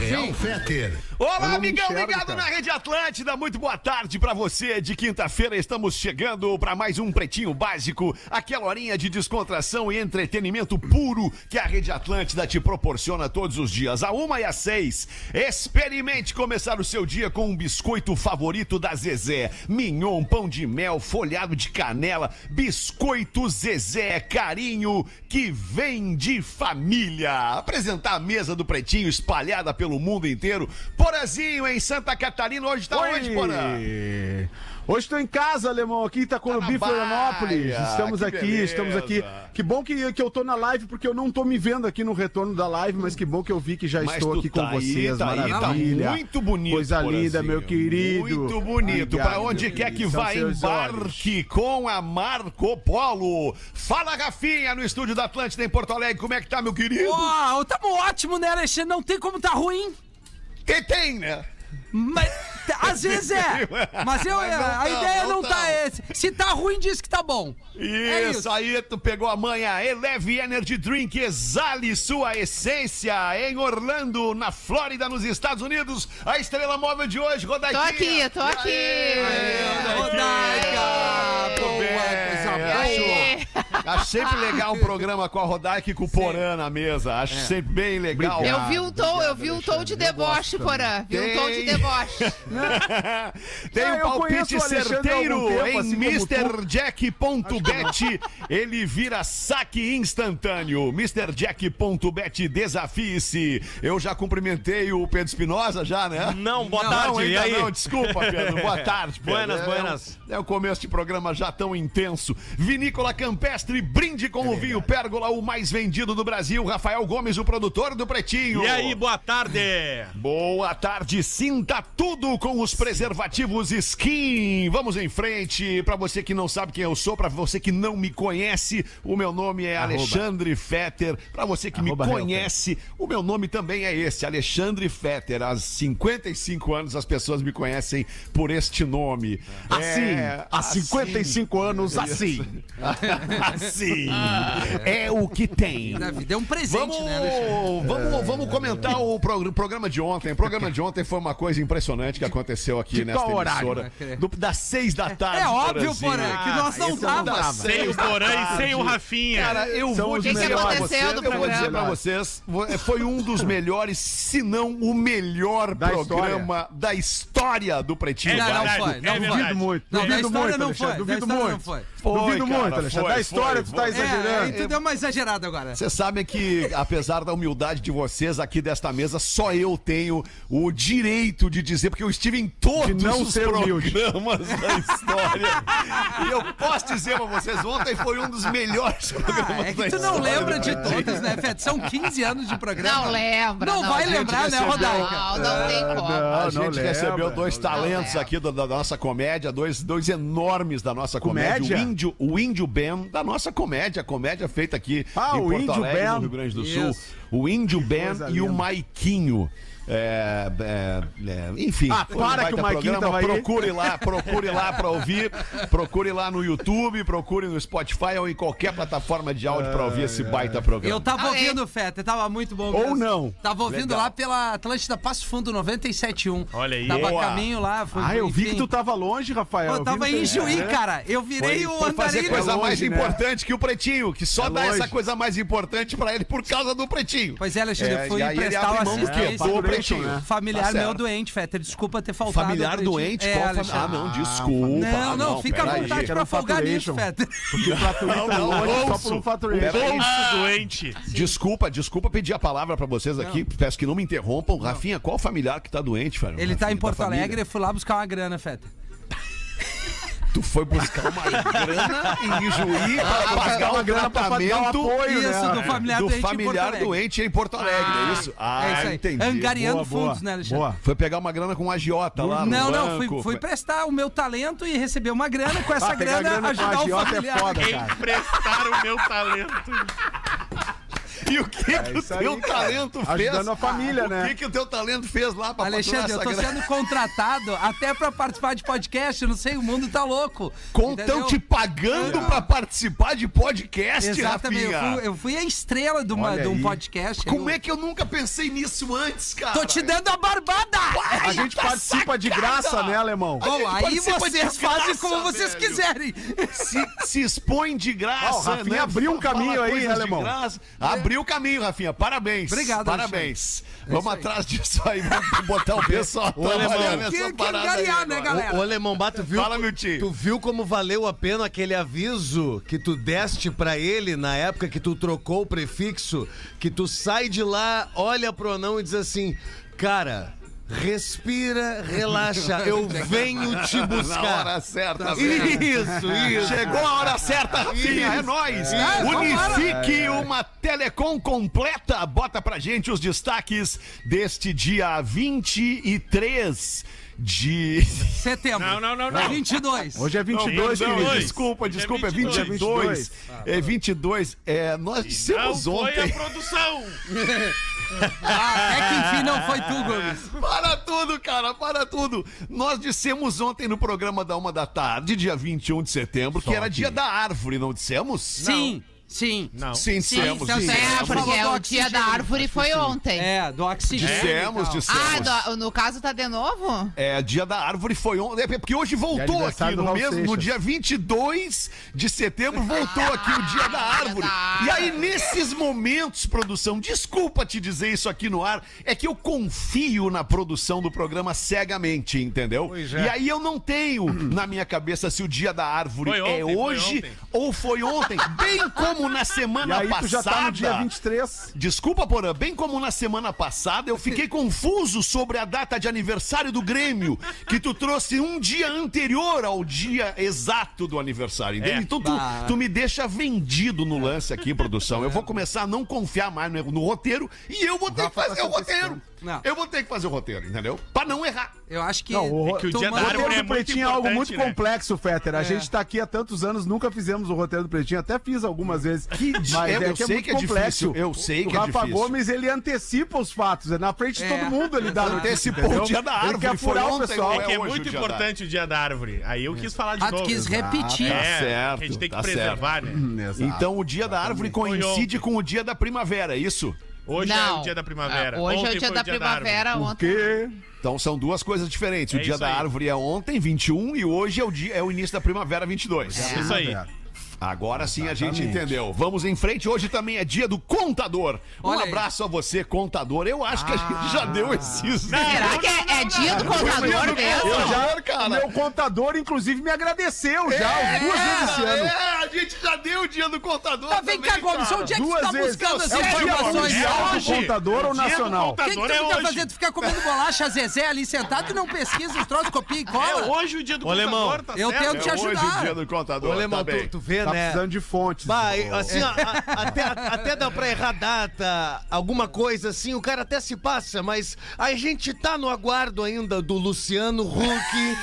Sim. Fetter. Olá, amigão, ligado na Rede Atlântida. Muito boa tarde pra você. De quinta-feira estamos chegando pra mais um Pretinho Básico, aquela horinha de descontração e entretenimento puro que a Rede Atlântida te proporciona todos os dias, a uma e às seis. Experimente começar o seu dia com um biscoito favorito da Zezé. Mignon, pão de mel, folhado de canela, biscoito Zezé, carinho que vem de família. Apresentar a mesa do Pretinho espalhada pelo mundo inteiro. Porazinho em Santa Catarina, hoje tá onde, Porã? Hoje estou em casa, alemão, aqui em Itacorubi, Tá na Florianópolis. baia, Estamos que aqui, beleza. estamos aqui. Que bom que, que eu tô na live, porque eu não tô me vendo aqui no retorno da live, mas que bom que eu vi que já Mas estou tu aqui tá com aí, vocês. tá aí, tá maravilha. muito bonito, Coisa linda, Porazinho. meu querido. Muito bonito. Pra Obrigado, onde meu quer que querido. vá, São seus olhos. embarque com a Marco Polo. Fala, Rafinha, no estúdio da Atlântida em Porto Alegre. Como é que tá, meu querido? Ó, tamo ótimo, né, Alexandre? Não tem como tá ruim. Tem, tem, né? Mas t- às vezes é. Mas eu, Mas não a tá, ideia não não, tá. tá. é, se tá ruim, diz que tá bom. É Isso, isso. aí tu pegou a manha. Eleve Energy Drink, exale sua essência em Orlando, na Flórida, nos Estados Unidos. A estrela móvel de hoje, Rodaiquinha. Tô aqui, tô aqui. Aê, Rodaica, Muito boa, bem. coisa boa. Aê. Acho sempre legal o programa com a Rodaica e com o Porã na mesa. Acho sempre bem legal. Eu vi um tom, eu vi um tom de deboche, Porã. Vi um tom de Tem. deboche. Tem É, um eu conheço palpite o Alexandre há certeiro algum tempo, em assim como é MrJack.bet. Ele vira saque instantâneo. MrJack.bet, desafie-se. Eu já cumprimentei o Pedro Espinosa, já, né? Não, boa Não, tarde. e ainda aí? não, desculpa, Pedro. Boa tarde, Pedro. Buenas, É, buenas. É o começo de programa já tão intenso. Vinícola Campestre, brinde com o vinho Pérgola, o mais vendido do Brasil. Rafael Gomes, o produtor do Pretinho. E aí, boa tarde! Boa tarde, sinta tudo com os preservativos Skin. Vamos em frente. Pra você que não sabe quem eu sou, pra você que não me conhece, o meu nome é Alexandre Fetter. Pra você que Arroba me Real conhece, o meu nome também é esse, Alexandre Fetter. Há 55 anos as pessoas me conhecem por este nome. Assim, É, há 55 anos, assim. assim. É o que tem. Na vida é um presente, Vamos, né, Alexandre? vamos, vamos comentar o prog- programa de ontem. O programa de ontem foi uma coisa impressionante que aconteceu aqui de nesta qual horário, emissora. né? Do- das seis da tarde. Ah, É óbvio, Porã, Porazinho. que nós não esse é um eu não tava. tava. Sem o Porã e sem o Rafinha. Cara, eu São vou os dizer melhores. pra O que que vocês, aconteceu do eu vou dizer pra programa? vocês, vo- foi um dos melhores, se não o melhor Da programa da história do Pretinho Não, não Básico. foi, não é foi. verdade. Duvido muito, Não, da duvido história muito, não Alexandre, foi, da duvido história não muito. foi. Foi, Duvido cara, muito, Alexandre. foi, Da foi, história tu tá foi. É, aí exagerando. tu deu uma exagerada né? agora. Vocês sabem que, apesar da humildade de vocês aqui desta mesa, só eu tenho o direito de dizer, porque eu estive em todos De não os ser humilde. programas da história. e eu posso dizer pra vocês, ontem foi um dos melhores programas Ah, é da que tu não história lembra do de Brasil. todos, né, Fete? São 15 anos de programa. Não lembra. Não vai gente, é lembrar, né, Rodaica? Não, não tem como. É, não. A gente recebeu lembra, dois não talentos lembra. aqui da, da nossa comédia, dois, dois enormes da nossa comédia. Comédia? O índio, o índio Ben, da nossa comédia, a comédia feita aqui Ah, em o Porto Índio Alegre, Ben. no Rio Grande do Isso. Sul. O índio Ben coisa e o linda. Maiquinho. É, é, é, enfim, Ah, foi para baita que o Maiquinho tava aí. procure lá, procure lá pra ouvir, procure lá no YouTube, procure no Spotify ou em qualquer plataforma de áudio pra ouvir esse baita programa. Eu tava Ah, é? ouvindo, Feta, tava muito bom. Ou mesmo. não. Tava ouvindo Legal. lá pela Atlântida Passo Fundo 97.1. Olha aí. Tava Boa. a caminho lá. Foi, Ah, eu vi enfim. que tu tava longe, Rafael. Eu tava em Juí, cara. cara. Eu virei o Foi fazer andarilho. coisa mais longe, né? importante que o Pretinho, que só É dá essa longe. coisa mais importante pra ele por causa do Pretinho. Pois é, Alexandre, É, fui e aí ele emprestar abre uma mão do quê? assistência. Do pro pretinho, pretinho. né? Familiar Tá certo. meu doente, Fetter. Desculpa ter faltado. ao Familiar pretinho. doente? É, qual fam- Alexandre. Ah, não, desculpa. Não, Ah, não, fica à peraí. vontade Era pra um folgar nisso, faturation. Fetter. Porque é faturei tá longe só por um faturei. Ah, Bolso doente. Desculpa, desculpa pedir a palavra pra vocês aqui. Peço que não me interrompam. Rafinha, qual familiar que tá doente, Fábio? Ele tá Rafinha, em da Porto família? Alegre, eu fui lá buscar uma grana, Fetter. Tu foi buscar uma grana em Juí Ah, pra pagar uma um grana pra pagar um tratamento apoio. Foi, Isso, né? do familiar do doente. em Porto familiar Alegre. doente em Porto Alegre, é isso? Ah, é isso aí. entendi. Angariando fundos, né, Alexandre? Boa. Foi pegar uma grana com um agiota lá no Não, não, banco. fui, fui prestar o meu talento e receber uma grana. Com essa Ah, pegar grana, grana com ajudar o agiota é familiar. foda, cara. Emprestar o meu talento. E o que, que o É, isso aí, teu cara. talento fez? Ajudando a família, O né? que, que o teu talento fez lá pra Alexandre, eu faturar tô essa grana? sendo contratado até pra participar de podcast, eu não sei, o mundo tá louco. Contão te entendeu? É. pagando pra participar de podcast, Exatamente, eu Rafinha. fui, eu fui a estrela de, uma, Olha de um aí. podcast. Como Eu- é que eu nunca pensei nisso antes, cara? Tô te dando a barbada! A Tá gente participa de graça, né, alemão? A gente Bom, aí participa de vocês graça, fazem como vocês velho. quiserem. Se, se expõe de graça. Ah, o Rafinha né? abriu um Fala caminho aí, coisas de alemão. graça. Abriu o caminho, Rafinha. Parabéns. É. Obrigado, É Parabéns. isso Vamos aí. atrás disso aí. Vamos botar o pessoal Ô, alemão. trabalhando nessa Que- que parada angariar, aí né, agora. galera? Ô, Alemão Bato, viu? Fala, meu tio. Tu viu como valeu a pena aquele aviso que tu deste pra ele na época que tu trocou o prefixo, que tu sai de lá, olha pro anão e diz assim, cara, respira, relaxa, eu venho te Na hora buscar. certa, velho. Isso, isso. Chegou a hora certa, Rafinha, é nóis. É, Unifique uma telecom completa. Bota pra gente os destaques deste dia 23 de... Setembro. Não, não, não, não. 22. Hoje é 22, Não, não, querido. Dois. Desculpa, desculpa, é É 22. 22. É 22. É, nós Não dissemos foi a ontem. produção. Ah, até que enfim não foi tu, Gomes. Para tudo, cara, para tudo. Nós dissemos ontem no programa da Uma da Tarde, dia 21 de setembro, que era dia da árvore, não dissemos? Sim, sim. Não. Sim, dissemos. então dissemos. tem É, Sim. porque Falou o do dia da oxigênio, árvore foi ontem. É, então. do oxigênio. e Dissemos, tal. dissemos. Ah, do- no caso tá de novo? É, dia da árvore foi ontem. É porque hoje voltou aqui aniversário do no Raul mesmo, no Seixas. dia 22 de setembro, voltou aqui o dia da árvore. E aí, nesses momentos, produção, desculpa te dizer isso aqui no ar, é que eu confio na produção do programa cegamente, entendeu? Pois é. E aí eu não tenho na minha cabeça se o dia da árvore Foi é ontem, foi hoje ontem. ou foi ontem, bem como na E semana aí passada. tu já tá no dia 23. Desculpa, Porã, bem como na semana passada, eu fiquei confuso sobre a data de aniversário do Grêmio, que tu trouxe um dia anterior ao dia exato do aniversário. É. entende? Então tu, Bah. tu me deixa vendido no lance aqui, produção. Eu vou começar a não confiar mais no, no roteiro e eu vou ter que Rafa tá fazer o se antecipando. roteiro. Não. Eu vou ter que fazer o roteiro, entendeu? Pra não errar. Eu acho que. Não, o- É que o tu dia da O manda- árvore roteiro é do muito Pretinho é algo muito importante, né? complexo, Fetter. A É. gente tá aqui há tantos anos, nunca fizemos o roteiro do Pretinho. Até fiz algumas vezes. Que Mas eu é que é sei muito que é complexo. difícil, eu sei que O é Rafa difícil. Gomes, ele antecipa os fatos. É na frente de É. todo mundo ele dá a notícia, Antecipou entendeu? o dia da Ele quer árvore, foi furar o ontem, pessoal. né? É que é hoje muito o dia da importante o dia da árvore. Aí eu quis falar de Ah, tu novo. quis É, repetir. Tá certo, que a gente tem que tá preservar, né? Hum, exato. Então o dia da árvore Foi coincide com o dia da primavera, é isso? Hoje é não. o dia da primavera. Ah, hoje é Ontem o dia foi da primavera, O ontem. quê? Então são duas coisas diferentes. O É dia isso da aí. árvore é ontem, 21, e hoje é o, dia, é o início da primavera, 22. da árvore. É. Isso aí. Agora sim a gente entendeu. Vamos em frente. Hoje também é dia do contador. Olha um aí. Ah. abraço a você, contador. Eu acho que a gente já deu esses. Será que é, é dia do contador mesmo? Eu já, cara. Meu contador, inclusive, me agradeceu já É, as duas vezes esse ano. É, a gente já deu o dia do contador. Tá, vem cá, também, Gomes, cara. onde é que tu Duas tá vezes. buscando essas É o dia informações? mundial É do hoje. contador ou Dia do nacional? O que, que tu contador é fica hoje. fazendo? Tu fica comendo bolacha Zezé ali sentado e não pesquisa os troços, copia e É cola? hoje o dia do Ô, alemão, contador, tá eu certo? tenho É que te hoje ajudar. o dia do contador. Ô, Alemão, tá bem. tu, tu vê, Tá né? precisando de fontes. Bah, assim, ó, a- até, até dá pra errar data, alguma coisa assim, o cara até se passa, mas a gente tá no aguardo ainda do Luciano Huck,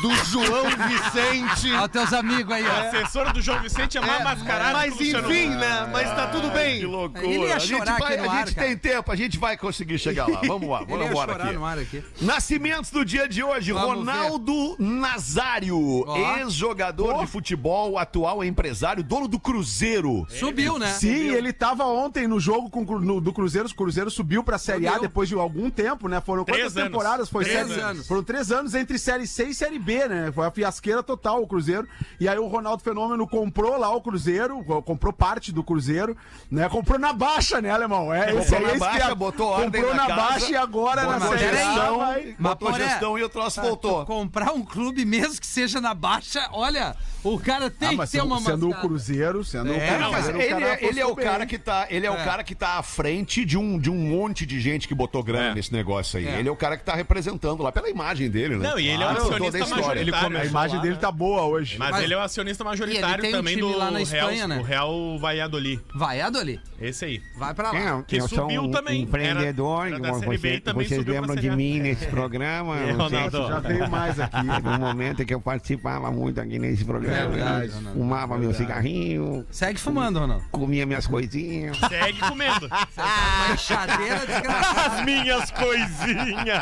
do João Vicente. Olha teus amigos aí, O ó. assessor do João Vicente é mais mascarado mas que o Luciano enfim, Huck. né? Mas tá tudo bem. Que loucura. Ele ia a gente, chorar vai- aqui no a ar, gente cara. tem tempo, a gente vai conseguir chegar lá. Vamos lá, Ele vamos ia embora chorar aqui. no ar aqui. Nascimentos do dia de hoje, Vamos Ronaldo Nazário, Ó. ex-jogador de futebol, atual empresário, dono do Cruzeiro. Subiu, né? Sim, ele tava ontem no jogo com, o Cru- no- do Cruzeiro. O Cruzeiro subiu pra Série A Subiu. depois de algum tempo, né? Foram Três quantas anos. temporadas? Foi Três série- anos. Foram três anos entre Série C e Série B, né? Foi a fiasqueira total o Cruzeiro. E aí o Ronaldo Fenômeno comprou lá o Cruzeiro, comprou parte do Cruzeiro, né? Comprou na baixa, né, Alemão? É, esse Comprou aí na é esse que baixa, a- botou ordem Comprou na na casa, baixa e agora na botou Série A gestão. vai... Mas, Botou Poré, gestão e o troço tá, voltou. tu Comprar um clube, mesmo que seja na baixa, olha, o cara tem Ah, que mas ter uma sendo, sendo o mascada. Cruzeiro, sendo É, o Não, mas Cruzeiro, ele, o um cara é, ele é o apostou cara bem. que tá, ele é, o É. cara que tá à frente de um, de um monte de gente que botou grana É. nesse negócio aí. É. Ele é o cara que tá representando lá pela imagem dele, né? Não, e ele é um Claro, acionista todo esse história. majoritário, A né? imagem dele tá boa hoje. Mas, Mas- ele é o acionista E ele majoritário tem um também time do lá na Real, Espanha, né? o Real Valladolid. Vai, Adoli. Esse aí. Vai pra lá. É, eu Que sou subiu um também. Empreendedor, Era- era da Série B e você- também vocês subiu pra lembram de Série A. mim nesse programa? É, não sei. Ronaldo. Já veio mais aqui. Teve um momento que eu participava muito aqui nesse programa. né? É verdade, Ronaldo. Fumava meu cigarrinho, Segue fumando, Ronaldo. comia minhas coisinhas. Segue comendo. Você tá uma enxadeira desgraçada. As minhas coisinhas.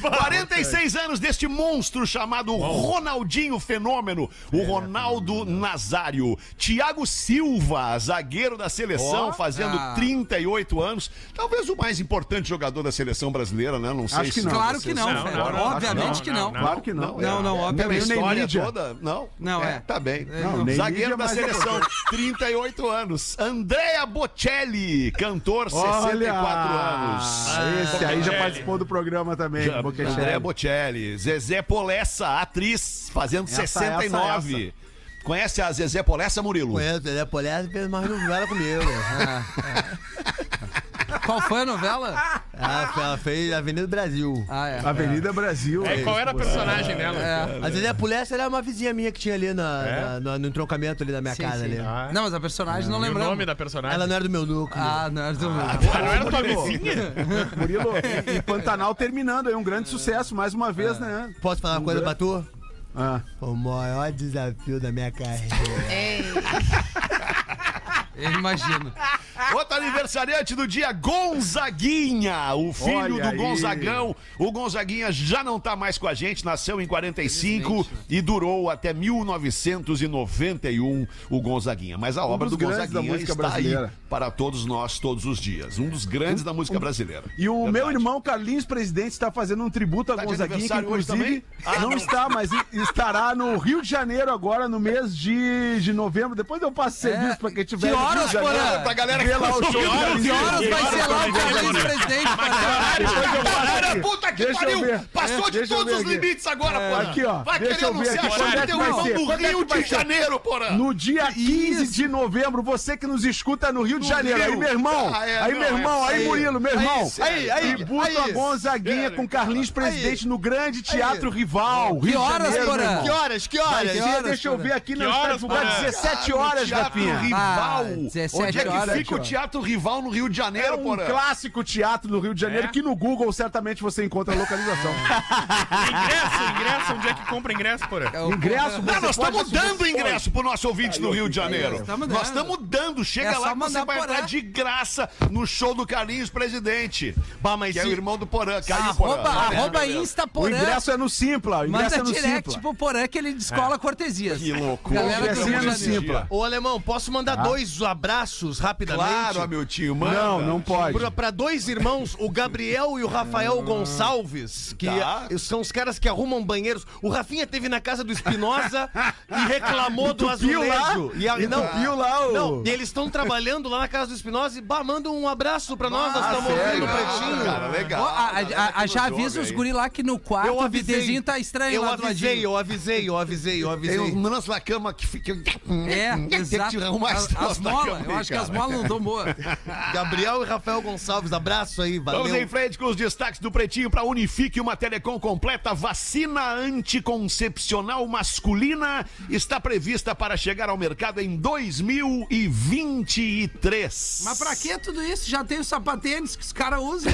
46 anos deste monstro chamado Ronaldinho Fenômeno, o É. Ronaldo Nazário. Tiago Silva, zagueiro da seleção, fazendo Ah. 38 anos. Talvez o mais importante jogador da seleção brasileira, né? Não sei Acho que se. não. Claro que não, Não, velho. não, não, Obviamente que não. Claro que não. Não, não, Pela obviamente. nem é história mídia. toda, não? Não, é. Tá bem. não, nem mídia, Zagueiro da mas é seleção, 38 anos. Andrea Bocelli, cantor, 64 anos. Esse aí já Bocelli. participou do programa também. Bocelli. André Bocelli. Zezé Polessa, atriz, fazendo Essa, 69. essa, Conhece a Zezé Polessa, Murilo? Conheço, ele é polêmico, mas não vela comigo. Qual foi a novela? Ah, ela fez Avenida Brasil. Ah, é. Avenida Brasil. É, qual era a personagem dela? É. Às vezes a polícia era uma vizinha minha que tinha ali na, na- na- no entroncamento ali da minha Sim, casa. sim. ali. Ah. Não, mas a personagem não E o lembramos. nome da personagem? Ela não era do meu núcleo. Ah, não era do meu. Ah, não era tua vizinha? Murilo, e, e Pantanal terminando aí, um grande sucesso, mais uma vez, né? Posso falar uma coisa pra tu? Ah. O maior desafio da minha carreira. Ei, Eu imagino. Outro aniversariante do dia, Gonzaguinha, o filho Olha do aí. Gonzagão. O Gonzaguinha já não tá mais com a gente, nasceu em 45 e durou até 1991 o Gonzaguinha. Mas a obra Um dos do grandes da Gonzaguinha música está aí brasileira. para todos nós todos os dias. Um dos grandes da música brasileira. E o Verdade. meu irmão Carlinhos Presidente está fazendo um tributo a Tá de Gonzaguinha, que aniversário hoje inclusive também? Ah, não não. está, mas i- estará no Rio de Janeiro agora, no mês de, de novembro. Depois eu passo serviço para quem tiver. Que no Rio horas, de Janeiro. Porã? Pra galera que Ah, Vê lá o show do Que Carlinhos. horas vai ser lá o Carlinhos presidente? cara? Depois eu passo aqui. Puta que Deixa eu pariu! ver. É, Passou de Deixa eu todos ver os aqui. É, limites agora, porra! aqui, ó. Vai Deixa querer eu ver anunciar aqui. a Quando chave do é que teu vai irmão ser? do Quando é que Rio vai de ser? Janeiro, porra! No dia 15 de novembro, você que nos escuta no Rio de Janeiro. Rio. Aí, meu irmão. Ah, é, aí, não, meu irmão. é aí, sério. Murilo, meu irmão. Aí, aí, Tributo aí. a Gonzaguinha com Carlinhos Presidente no Grande Teatro Rival. Rio de horas, Janeiro, Porã? meu irmão. Que horas, que horas? Vai Que ser, horas, deixa eu Porã? ver aqui, não Que está horas, divulgado. Porã? 17 horas, Ah, Teatro Rafinha. Rival. Ah, 17 Onde é que horas, fica o tio. Teatro Rival no Rio de É Janeiro, um porra? clássico teatro do Rio de Janeiro É? que no Google certamente você encontra a localização. Ingresso, ingresso. Onde é que compra ingresso, porra? É o- Ingresso, Não, nós você pode estamos assistir dando depois. ingresso pro nosso É ouvinte do Rio de Janeiro. Nós tamo Nós dando. estamos dando. Chega É lá só que você mandar vai Porã. entrar de graça no show do Carlinhos Presidente. Bah, mas Que é o se- irmão do Porã, Carlinhos Porã. Arroba, arroba Insta O Porã. ingresso é no Simpla. O ingresso Manda é no direct Simpla. pro Porã que ele descola cortesias. Que loucura. Galera Ingressinho do Rio de no Janeiro. Simpla. Ô, alemão, posso Ah. mandar dois abraços rapidamente? Claro, Amiltinho, manda. Não, não pode. Pra, pra dois irmãos, o Gabriel e o Ah. Rafael Gonçalves, que Tá. a- são os caras que arrumam banheiros. O Rafinha teve na casa do Espinosa e reclamou do Entupiu azulejo. lá? E a- Entupiu lá o- Não, e eles estão trabalhando lá na casa do Espinosa e bah, manda um abraço pra nós, nós estamos ouvindo o um Pretinho. Cara, pretinho. legal. Ó, a- a- a- Galera que já nos avisa ouve os aí. guri lá que no quarto o videzinho tá estranho eu lá do avisei, ladinho. eu avisei, eu avisei, eu Tem avisei. uns nãos na cama que fica. É, Tem que exato. tirar uma As, as molas, eu acho que as molas não dão boa. Gabriel e Rafael Gonçalves, abraço aí, valeu. Vamos em frente com os destaques do Pretinho para Unifique, uma telecom completa. Vacina anticoncepcional masculina está prevista para chegar ao mercado em 2023. Mas pra que tudo isso? Já tem os sapatênis que os caras usam.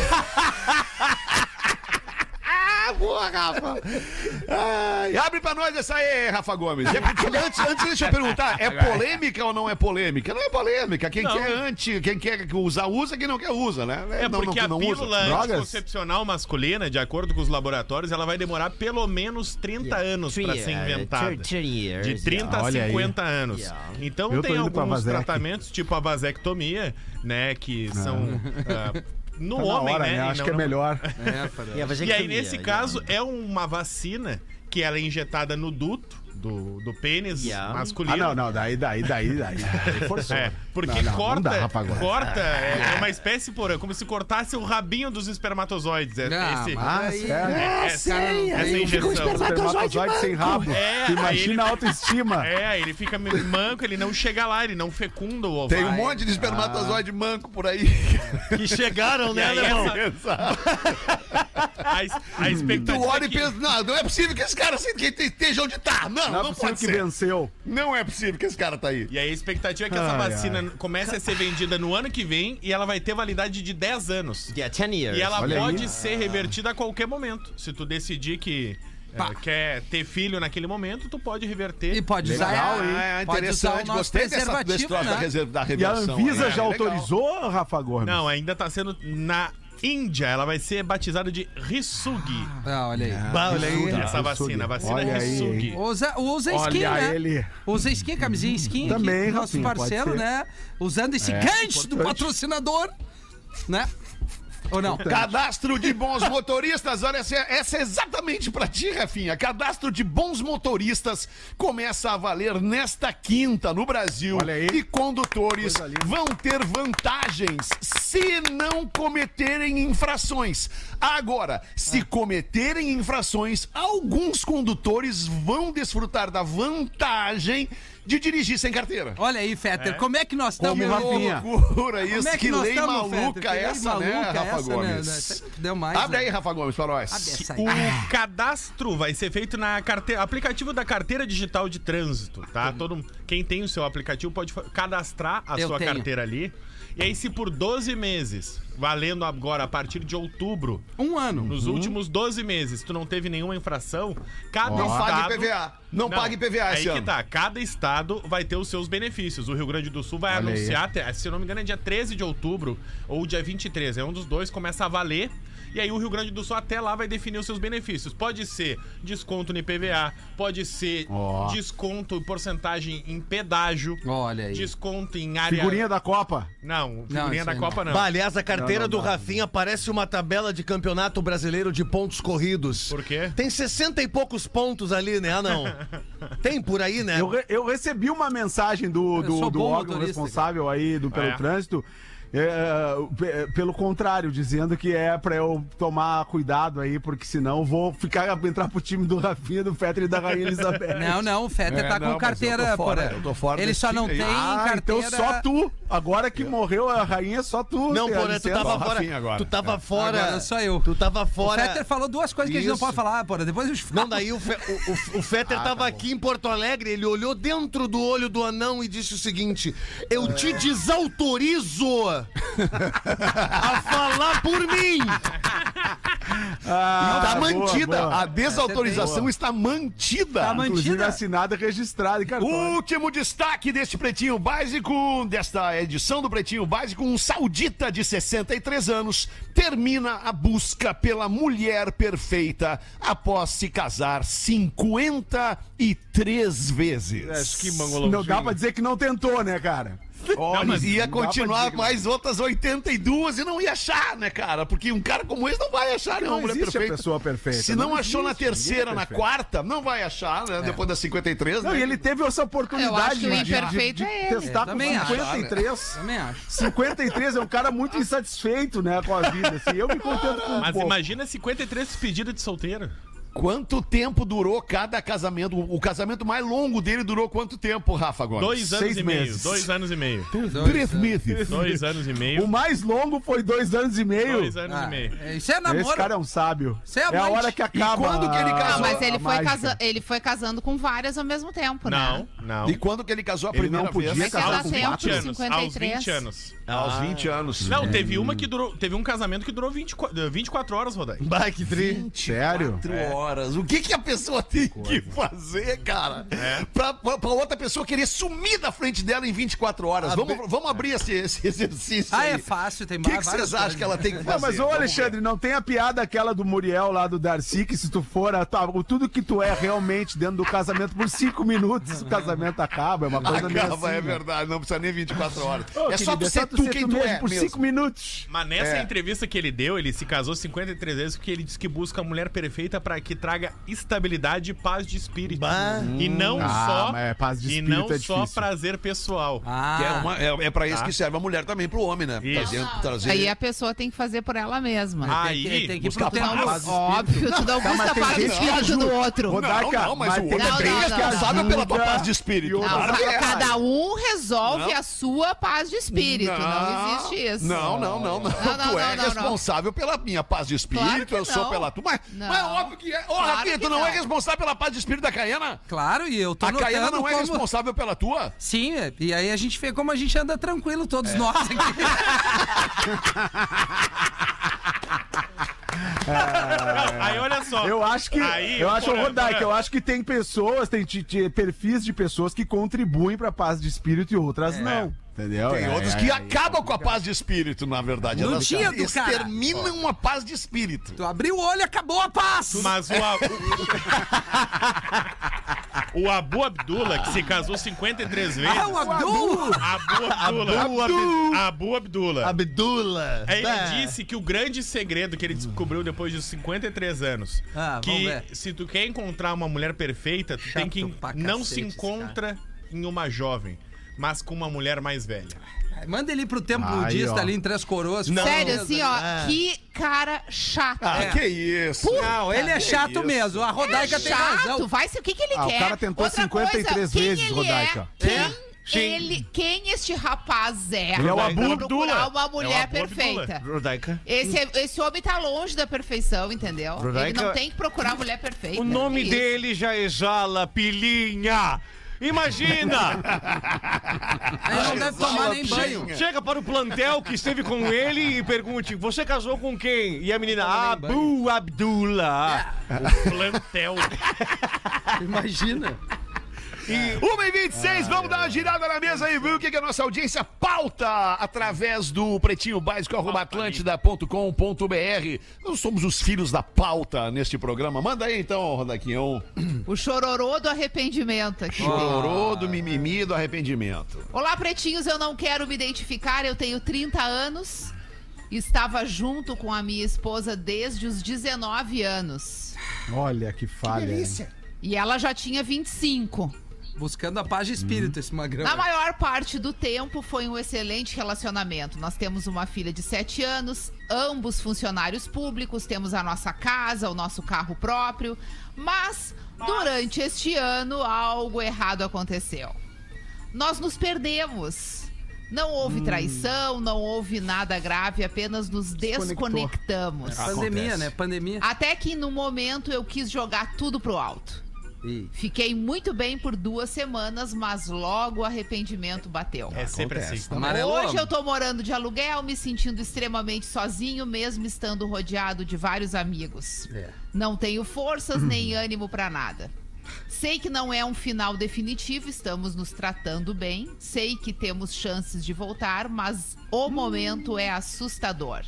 Ah, boa, Rafa! Ai, abre pra nós essa aí, Rafa Gomes. É porque- antes, antes, deixa eu perguntar: é polêmica ou não é polêmica? Não é polêmica. Quem Não. quer anti, quem quer usar, usa, quem não quer usa, né? É não, porque não, a não usa. pílula Drogas? anticoncepcional masculina, de acordo com os laboratórios, ela vai demorar pelo menos 30 anos para é ser inventada. De 30 a Olha aí. 50 anos. Então Eu tô tem indo pra alguns Vasec. tratamentos, tipo a vasectomia, né, que são ah, no Tá na homem, hora, né? né? e Acho não que é na- melhor. É, E aí nesse né? caso é uma vacina que ela é injetada no duto do, do pênis Yeah. Ah, masculino. Ah, não, não. Daí, daí, daí, daí. Aí Forçou. É. Porque Não, não, não corta, dá pra agora. corta, é, é uma espécie por, é como se cortasse o rabinho dos espermatozoides. É, Não, esse- mas aí- é. essa, essa um Ficou injeção. Espermatozoide sem rabo. É, Tu aí ele- Imagina a autoestima. É, ele fica manco, ele não chega lá, ele não fecunda o Tem ovário. um monte de espermatozoide manco por aí. um Que chegaram, E né, aí alemão? essa- a, es- a Tu Tá expectativa olha é e que- pensa, não, não é possível que esse cara se- que te- esteja onde tá. Não, Não não, é possível pode que ser. venceu. Não é possível que esse cara tá aí. E aí a expectativa é que essa Ai, vacina comece a ser vendida no ano que vem e ela vai ter validade de 10 anos. E ela Olha pode aí. ser revertida a qualquer momento. Se tu decidir que eh, quer ter filho naquele momento, tu pode reverter. E pode usar, Legal, hein? a, pode usar o nosso Gostei dessa, desse preservativo, troço da, né? reserva, da E a reversão. Anvisa aí. já É, legal. autorizou, Rafa Gomes? Não, ainda tá sendo na Índia. Ela vai ser batizada de Risugi. Ah, olha aí. Bah, olha aí. essa vacina, a vacina Olha aí, Risugi. Usa, usa Olha skin, né? ele. Usa skin, camisinha skin. Também, que nosso Rafinha, pode parceiro, ser. né? Usando esse É, gancho do patrocinador, né? Ou não? Cadastro de bons motoristas, olha, essa, essa é exatamente pra ti, Rafinha. Cadastro de bons motoristas começa a valer nesta quinta no Brasil. Olha aí. E condutores Coisa linda. vão ter vantagens se não cometerem infrações. Agora, É. se cometerem infrações, alguns condutores vão desfrutar da vantagem de dirigir sem carteira. Olha aí, Fetter, como é que nós Como estamos? o Rafinha. Loucura isso, Como é que, que, nós lei estamos, maluca Fetter? Que lei essa, né, maluca Rafa essa, Gomes? né? Isso aí Deu mais. Abre né? aí, Rafa Gomes, pra nós. Abre essa aí. Tá O cadastro vai ser feito na carteira, aplicativo da carteira digital de trânsito, tá? Todo quem tem o seu aplicativo pode fa- cadastrar a Eu sua tenho. carteira ali. E aí se por 12 meses, valendo agora a partir de outubro, Um ano. nos últimos 12 meses, tu não teve nenhuma infração, cada Não estado pague PVA. Não, pague PVA tá. Aí esse que ano. tá, cada estado vai ter os seus benefícios. O Rio Grande do Sul vai Olha aí. anunciar, até- se eu não me engano é dia 13 de outubro ou dia 23, é um dos dois, começa a valer. E aí o Rio Grande do Sul até lá vai definir os seus benefícios. Pode ser desconto no IPVA, pode ser Ó. desconto em porcentagem em pedágio, Olha aí. desconto em área... Figurinha da Copa. Não, Não, figurinha isso da aí Copa não. Bah, aliás, a carteira Não, não do dá, não Rafinha parece uma tabela de campeonato brasileiro de pontos corridos. Por quê? Tem 60 e poucos pontos ali, né? Ah, não. Tem por aí, né? Eu, re- eu recebi uma mensagem do, É. Eu sou do, do bom órgão motorista, responsável aí do, pelo É. trânsito. é, pe- pelo contrário, dizendo que é pra eu tomar cuidado aí, porque senão vou ficar entrar pro time do Rafinha, do Fetter e da Rainha Elizabeth. Não, não, o Fetter É, tá não, com mas carteira, eu tô fora, Porã. eu tô fora Ele desse só não time aí. tem Ah, carteira. então só tu. Agora que morreu a rainha, só tu. Não, tem a porra, tu licença. tava Rafinha fora. agora. Tu É. tava fora. Agora só eu. Tu tava fora. O Fetter falou duas coisas que a gente não Isso. pode falar, Porã. Depois eu falo. Não, daí o, Fe- o- o- o Fetter Ah, tá tava aqui em Porto Alegre, ele olhou dentro do olho do anão e disse o seguinte: Eu É. te desautorizo a falar por mim! Ah, Tá boa, mantida. boa. A é desautorização está mantida. Tá mantida. Uh, Inclusive assinada e registrada. e cartão. Último destaque deste Pretinho Básico, desta edição do Pretinho Básico, um saudita de 63 anos termina a busca pela mulher perfeita após se casar 53 É, vezes. Que não dá pra dizer que não tentou, né, cara? Olha, mas ia dá pra dizer né? continuar que- mais outras 82 e não ia achar, né, cara? Porque um cara como esse não vai achar Não nenhuma mulher existe a perfeita. pessoa perfeita, Se não, não achou na existe, ninguém é terceira, na perfeito. quarta, não vai achar, né? Depois das 53, Não, né? e ele teve essa Eu acho oportunidade que o imperfeito é ele. É, tá testar com também acho. 53. Também acho. 53 é um cara muito insatisfeito, né, com a vida. Assim. Eu me contento com um Mas pouco. imagina 53 pedidos de solteiro. Quanto tempo durou cada casamento? O o casamento mais longo dele durou quanto tempo, Rafa, agora? Dois anos Seis e meio. meses. Dois anos e meio. é. Três meses. Dois anos e meio. O mais longo foi dois anos e Um meio. Dois anos Ah, e meio. é, isso é namoro. Esse cara é um sábio. Você é é a amante. hora que acaba. quando que ele a- casou? Não, mas a ele foi, mágica. casa- ele foi casando com várias ao mesmo tempo, né? Não, não. E quando que ele casou a Ele primeira não podia vez? Ah. casar Aos Ela 20 tem aos anos. Aos 53. 20 anos. Aos 20 anos. É. Não, teve uma que durou. Teve um casamento que durou 24, eh, 24 horas, Rodai. Bah, que tri. Sério? Quatro horas. O que, que a pessoa tem É. que É. fazer, cara? Pra, pra- pra outra pessoa querer sumir da frente dela em 24 horas. Vamos, vamos abrir esse, esse exercício. Ah, aí. é fácil, tem O que que várias vocês coisas. acham que ela tem que fazer? Não, mas ô Vamos ver. Alexandre, não tem a piada aquela do Muriel lá do Darcy, que se tu for, a- tá, o tudo que tu é realmente dentro do casamento, por cinco minutos o casamento acaba. É uma coisa meio Acaba, assim, é né? verdade, não precisa nem 24 horas. Ô, é só querido, tu ser tu quem tu mesmo é. por mesmo. cinco minutos. Mas nessa É. entrevista que ele deu, ele se casou 53 vezes porque ele disse que busca a mulher perfeita pra que traga estabilidade e paz de espírito. Bah. E não Ah, só mas paz de e espírito não é só difícil. prazer pessoal. Ah, Que é, uma, é, é pra isso que serve a mulher também, pro homem, né? Isso. Trazer, trazer... Aí é a pessoa tem que fazer por ela mesma. Aí, tem, que- tem que ir pro buscar Não, templo. paz. óbvio, tu não mas busca tem para do gente que espírito ajuda. do outro. Rodar- Rodaica, não, não, mas mas o tem- outro é Não, bem não, não, responsável não. pela tua Ajuda paz de espírito. e Não, Claro que é. cada um resolve Não. a sua paz de espírito. Não, existe isso. Não, não, não, não. Não, não, tu é não, não, responsável pela minha paz de espírito, Claro que eu sou não. pela tua. Mas, Não. mas é óbvio que é. Ô, Claro Rafinha, que tu não, é não. responsável pela paz de espírito da Caiana? Claro, e eu tô A Caiana notando não é como... responsável pela tua? Sim, é, e aí a gente vê como a gente anda tranquilo, todos nós aqui. Não, aí olha só. é. Eu acho que. Aí, eu acho, porra, Rodaica, porra. eu acho que tem pessoas, tem ti- ti- perfis de pessoas que contribuem pra paz de espírito e outras não. Entendeu? Tem É, outros é, que é. acabam com a paz de espírito, na verdade. No Elas dia do cara. exterminam a paz de espírito. Tu abriu o olho, acabou a paz! Mas o, a- o Abu Abdullah, que se casou 53 vezes. Ah, o Abdul! Abu Abdullah. Abu Abdu- Abu Abdullah. Abdullah. Aí Bah. Ele disse que o grande segredo que ele descobriu depois de 53 anos, Ah, vamos que ver. se tu quer encontrar uma mulher perfeita, tu tem Chato que pra não cacete se esse encontra em uma jovem, mas com uma mulher mais velha. Manda ele pro templo Aí, budista ó. ali em Três Coroas. Sério, assim, ó, Ah. que cara chato. Ah, É. que isso. Não, ele é chato mesmo. A Rodaica tem É chato, razão. vai ser o que, que ele Ah, o quer. cara tentou 53 quem vezes, ele Rodaica. É, quem É? Sim. ele, quem este rapaz é? Ele é o pra Abu procurar Abdullah. uma mulher Abu É. perfeita. Rodaica. Esse, esse homem tá longe da perfeição, entendeu? Rodaica- Ele não tem que procurar mulher perfeita. É O nome Que isso. dele já exala pilinha. Imagina! Ele não deve tomar nem banho. Chega para o plantel que esteve com ele e pergunte: Você casou com quem? E a menina, Abu Abdullah. Plantel. Imagina. Uma e 26, vamos dar uma girada na mesa e ver o que, que a nossa audiência pauta através do pretinho básico arroba atlântida.com.br. Nós somos os filhos da pauta neste programa. Manda aí então, Rodaquinho. O chororô do arrependimento aqui. Ah. Chororô do mimimi do arrependimento. Olá, pretinhos, eu não quero me identificar, eu tenho 30 anos. Estava junto com a minha esposa desde os 19 anos. Olha que falha. hein? E ela já tinha 25. Buscando a paz de espírito, Uhum. esse magrão. Na maior parte do tempo foi um excelente relacionamento. Nós temos uma filha de 7 anos, ambos funcionários públicos, temos a nossa casa, o nosso carro próprio. Mas durante este ano algo errado aconteceu. Nós nos perdemos. Não houve traição, não houve nada grave, apenas nos desconectamos. Pandemia, né? Pandemia. Até que no momento eu quis jogar tudo pro alto. Ih. Fiquei muito bem por duas semanas, mas logo o arrependimento bateu. É sempre assim. Amarelo. Hoje eu tô morando de aluguel, me sentindo extremamente sozinho, mesmo estando rodeado de vários amigos. É. Não tenho forças nem ânimo pra nada. Sei que não é um final definitivo, estamos nos tratando bem. Sei que temos chances de voltar, mas o momento é assustador.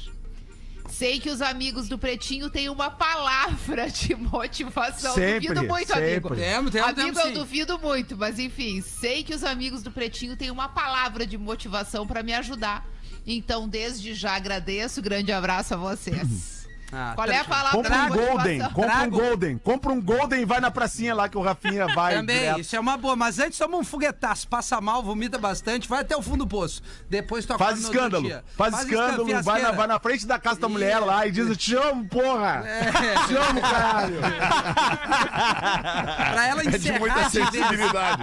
Sei que os amigos do Pretinho têm uma palavra de motivação. Sempre, duvido muito, amigo. sempre. Temos, temos, Amigo, temos eu sim. duvido muito, mas enfim, sei que os amigos do Pretinho têm uma palavra de motivação pra me ajudar. Então, desde já agradeço, grande abraço a vocês. Ah, Qual é a tra- palavra Compra um de motivação? Golden, compra um Trago. Golden, compra um Golden e vai na pracinha lá que o Rafinha vai. Também, direto. isso é uma boa. Mas antes toma um foguetaço, passa mal, vomita bastante, vai até o fundo do poço. Depois tu acorda Faz no outro escândalo, dia. faz escândalo, vai na, fiasqueira. vai na frente da casa da mulher lá e diz: Eu te amo, porra! É. Te amo, caralho! Pra ela É de muita encerrar de vez. sensibilidade.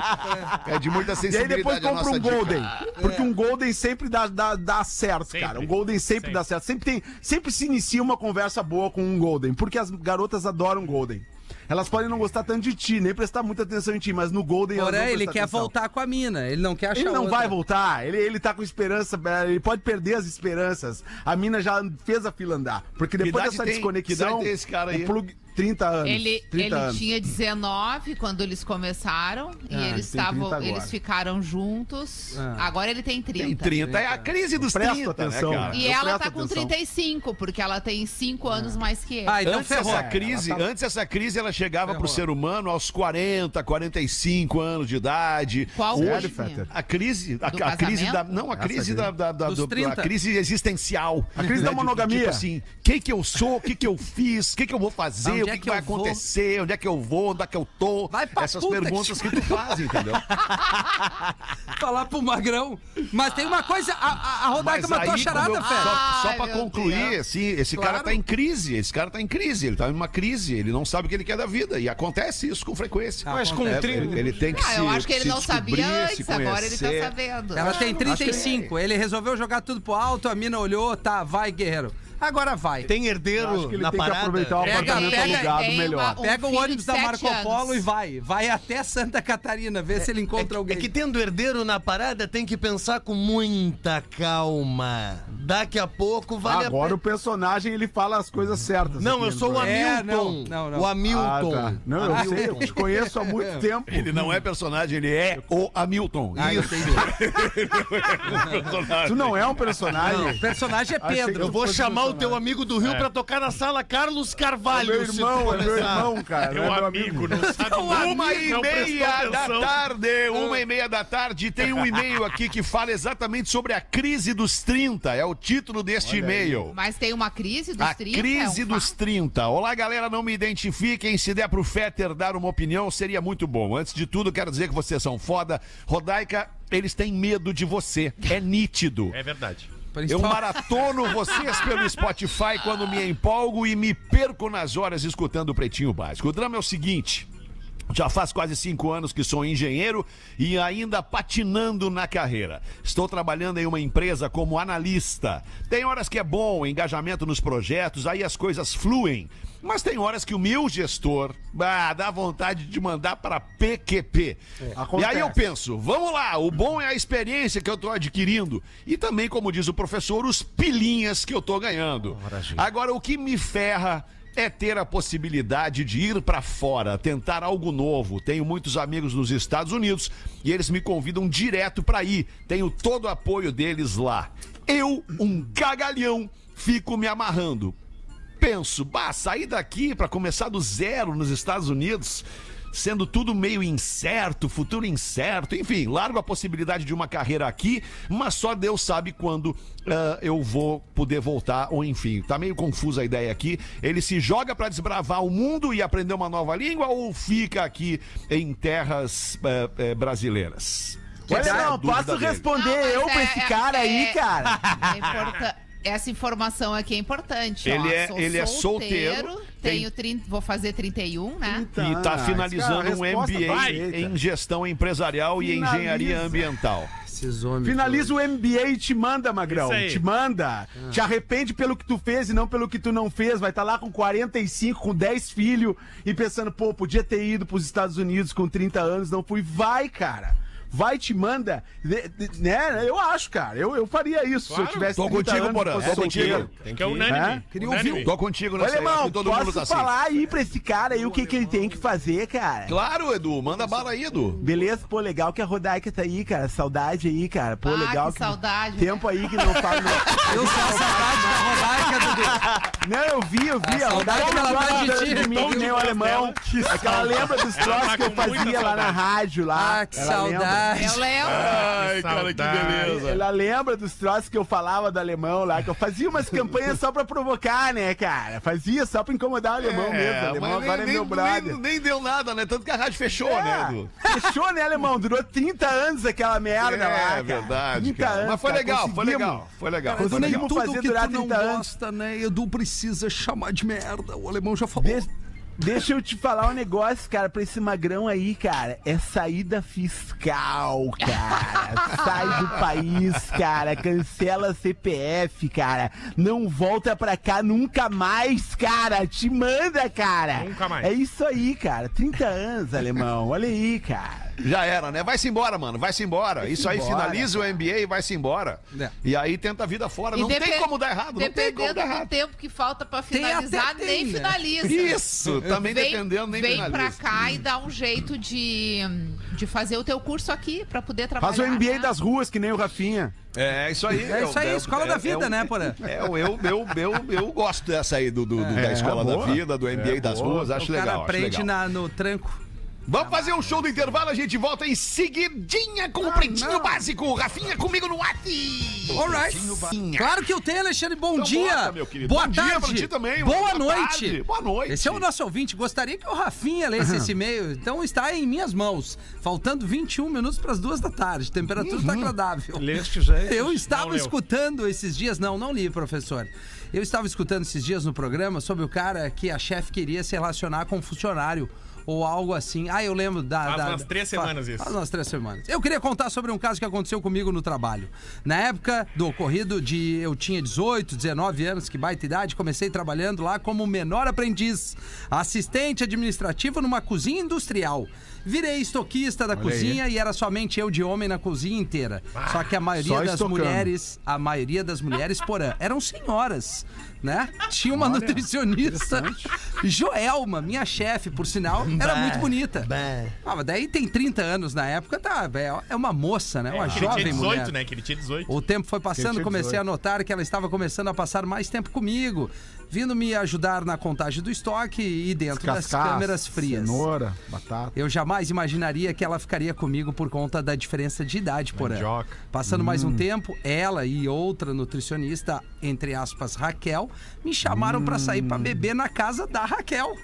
É de muita E aí sensibilidade. depois a compra nossa um dica. É. Golden. Porque um Golden sempre dá, dá, dá certo, Sempre. cara. Um Golden sempre, Sempre. dá certo. Sempre, tem, sempre se inicia uma conversa boa com um Golden. Porque as garotas adoram um Golden. Elas podem não gostar tanto de ti, nem prestar muita atenção em ti, mas no Golden elas vão Porém, ele prestar quer atenção. voltar com a mina. Ele não quer achar Ele não outra. vai voltar, ele, ele tá com esperança, ele pode perder as esperanças. A mina já fez a fila andar. Porque depois idade dessa tem- que desconexão. idade tem esse cara aí? o plug- 30 anos. Ele, 30 ele anos. tinha 19 quando eles começaram e Ah, ele tem eles estavam, 30 agora. eles ficaram juntos. Ah. Agora ele tem 30. Tem 30. É a crise dos Presta 30, atenção. né, cara? E Eu ela presto tá com atenção. 35, porque ela tem 5 anos mais que ele. Ah, então Antes ferrou. essa, crise, antes essa crise, ela chegava pro Ferrou. ser humano aos 40, 45 anos de idade. Qual Hoje, crise? Sério, Fetter? a crise, a, Do a crise casamento? da, não, a Essa crise crise. da, da- da- Dos do- da 30. crise existencial. Né, A crise da de- de- monogamia. Tipo assim, quem que eu sou, o que que eu fiz, o que que eu vou fazer, Onde o é que, é o que, que vai que eu vou? acontecer, onde é que eu vou, onde é que eu tô. Vai pra Essas puta que perguntas que tu faz, entendeu? Falar pro Magrão. Mas tem uma coisa, a, a, a Rodaica Mas matou a aí, charada, quando eu- fera. Só, só Ai, pra meu concluir, Deus. assim, esse cara Claro. tá em crise. Esse cara tá em crise. Ele tá em uma crise. Ele não sabe o que ele quer da vida. E acontece isso com frequência. Mas com é, ele, ele tem que Ah, se eu acho que ele se não sabia descobrir, se antes, agora ele tá conhecer. sabendo. Ela tem 35. Ele resolveu jogar tudo pro alto, a mina olhou, tá, vai, guerreiro. Agora vai. Tem Acho herdeiro que ele na tem que parada? É aproveitar o Pega, apartamento pega, alugado tem melhor. uma- um Pega o filho ônibus de da sete Marco Polo anos. e vai. Vai até Santa Catarina, vê se ele É, encontra que- alguém. é que tendo herdeiro na parada tem que pensar com muita calma. Daqui a pouco vale Agora a o pena. personagem ele fala as coisas certas. Não, aqui, eu sou o né? É, Hamilton. não, não, não. O Ah, Hamilton. tá. Não, eu sei, eu te conheço há muito tempo. Ele não é personagem, ele é o Hamilton. Ah, entendi. Tu não é um personagem. O personagem é Achei Pedro. que Eu vou Depois chamar do o teu amigo do Rio pra tocar na sala Carlos É Carvalho. meu se tu irmão, é meu começar. irmão, cara. Meu não é amigo, não sabe tá Uma e não prestou meia da atenção. tarde, uma e meia da tarde, tem um e-mail aqui que fala exatamente sobre a crise dos 30, é o título deste e-mail. Mas tem uma crise dos A 30. crise é um dos fato. 30. Olá, galera, não me identifiquem. Se der pro Fetter dar uma opinião, seria muito bom. Antes de tudo, quero dizer que vocês são foda. Rodaica, eles têm medo de você. É nítido. É verdade. Eu Principal- maratono vocês pelo Spotify quando me empolgo e me perco nas horas escutando o Pretinho Básico. O drama é o seguinte. Já faz quase cinco anos que sou engenheiro e ainda patinando na carreira. Estou trabalhando em uma empresa como analista. Tem horas que é bom o engajamento nos projetos, aí as coisas fluem. Mas tem horas que o meu gestor bah, dá vontade de mandar para PQP. e aí eu acontece. penso, vamos lá, o bom é a experiência que eu estou adquirindo e também, como diz o professor, os pilinhas que eu estou ganhando. Agora, o que me ferra é ter a possibilidade de ir para fora, tentar algo novo. Tenho muitos amigos nos Estados Unidos e eles me convidam direto para ir. Tenho todo o apoio deles lá. Eu, um cagalhão, fico me amarrando penso, bah, sair daqui pra começar do zero nos Estados Unidos, sendo tudo meio incerto, futuro incerto, enfim, largo a possibilidade de uma carreira aqui, mas só Deus sabe quando ah, eu vou poder voltar, ou enfim, tá meio confusa a ideia aqui. Ele se joga pra desbravar o mundo e aprender uma nova língua ou fica aqui em terras eh, eh, brasileiras? Olha, Essa é a não, dúvida posso dele. Não, responder mas eu pra é- esse é- cara aí, é- cara. é importan- Essa informação aqui é importante. ó. Ele é- Sou ele é solteiro, tenho 30, vou fazer 31, né? E Tá, está esse finalizando cara, a um resposta MBA tá em direita. gestão empresarial e Finaliza. engenharia ambiental. Esses homens. Finaliza o MBA e te manda, Magrão. Isso aí. Te manda. Ah. Te arrepende pelo que tu fez e não pelo que tu não fez. Vai estar lá com 45, com 10 filhos e pensando, pô, podia ter ido pros Estados Unidos com 30 anos, não fui. Vai, cara. Vai, te manda. De- de- né? Eu acho, cara. Eu, eu faria isso se eu tivesse Tô 30 contigo, anos, Porã, fosse tô contigo. solteiro. Que, é unânime. É? Queria unânime. ouvir Tô contigo Ô, nessa aí, acho alemão, que todo mundo posso tá assim. falar aí pra esse cara aí o que, que ele tem que fazer, cara? Claro, Edu, manda bala aí, Edu. Beleza, pô, legal que a Rodaica tá aí, cara. Saudade aí, cara. Pô, Ah, legal que saudade, né? Tempo aí que não fala. Eu sou a saudade da Rodaica, Dudu. Não, eu vi, eu É vi. A A saudade Rodaica não dela tá de gosta ti, de mim, então, tom que de né, nem o voz alemão. um dela. Que Aquela saudade. lembra dos Ela troços tá que eu com muita fazia lá na saudade. rádio, lá. Ah, que Ela lembra. Eu saudade. Ah, lembro. Ai, cara, que beleza. Ela lembra dos troços que eu falava do alemão lá, que eu fazia umas campanhas só pra provocar, né, cara? Fazia só pra incomodar o alemão mesmo. O alemão É, mas nem- agora é nem- meu brother. Nem, nem deu nada, né? Tanto que a rádio fechou, né, Edu? É, Fechou, né, alemão? Durou 30 anos aquela merda lá. É, cara. verdade, 30 cara. anos, Mas foi cara, legal, foi conseguimos. legal, foi legal. Cara, Foi nem legal. tudo fazer durar 30 anos. né? Edu precisa chamar de merda. O alemão já falou. De- Deixa eu te falar um negócio, cara, pra esse magrão aí, cara. É saída fiscal, cara. Sai do país, cara. Cancela CPF, cara. Não volta pra cá nunca mais, cara. Te manda, cara. Nunca mais. É isso aí, cara. 30 anos, alemão. Olha aí, cara. Já era, né? Vai-se embora, mano, vai-se embora. Isso aí embora, finaliza o MBA e vai-se embora. É. E aí tenta a vida fora. E Não tem depen- como dar errado, não tem como Dependendo dar do errado. tempo que falta pra Tem até finalizar, tem, nem né? finaliza. Isso, também Vem, dependendo, nem vem pra finaliza. Hum. cá e dá um jeito de, de fazer o teu curso aqui pra poder trabalhar. Faz o MBA né? das ruas, que nem o Rafinha. É isso aí. É isso aí, o- escola é- da é vida, o- né, Porã? É, eu, eu, eu, eu, eu gosto dessa aí do, do- do- da escola da vida, do MBA das ruas, acho o cara legal. acho aprende legal. na- no tranco. Vamos fazer um show do intervalo, a gente volta em seguidinha Ah, com o Pretinho Básico. Rafinha comigo no WhatsApp. Alright. Claro que eu tenho, Alexandre. Bom Então dia. bota, meu querido. Boa Bom dia tarde. pra ti também, mano. Boa, Boa noite. tarde. Boa noite. Esse é o nosso ouvinte. Gostaria que o Rafinha lesse esse e-mail. Então está em minhas mãos. Faltando 21 minutos para as duas da tarde. Temperatura está Uhum. agradável. Lestes é? aí. Eu estava leu. escutando esses dias, não, não li, professor. Eu estava escutando esses dias no programa sobre o cara que a chefe queria se relacionar com um funcionário ou algo assim. Ah, eu lembro da. Faz da- umas três fa- semanas isso. Faz umas três semanas. Eu queria contar sobre um caso que aconteceu comigo no trabalho. Na época do ocorrido de eu tinha 18, 19 anos, que baita idade, comecei trabalhando lá como menor aprendiz, assistente administrativo numa cozinha industrial. Virei estoquista da cozinha e era somente eu de homem na cozinha inteira. Só que a maioria Ah, só das estocando. mulheres, a maioria das mulheres, porã, eram senhoras, né? Tinha uma nutricionista, Joelma, minha chefe, por sinal, era muito bonita. Ah, mas daí tem 30 anos na época, tá? É é uma moça, né? Uma Que ele jovem tinha 18, mulher. né? Que ele tinha 18. O tempo foi passando, tinha comecei 18. a notar que ela estava começando a passar mais tempo comigo, vindo me ajudar na contagem do estoque e dentro das Cascas, câmeras frias. Cenoura, batata. Eu jamais imaginaria que ela ficaria comigo por conta da diferença de idade, porém. Mandioca. Passando mais Hum. um tempo, ela e outra nutricionista, entre aspas, Raquel, me chamaram pra sair Hum. pra beber na casa da Raquel.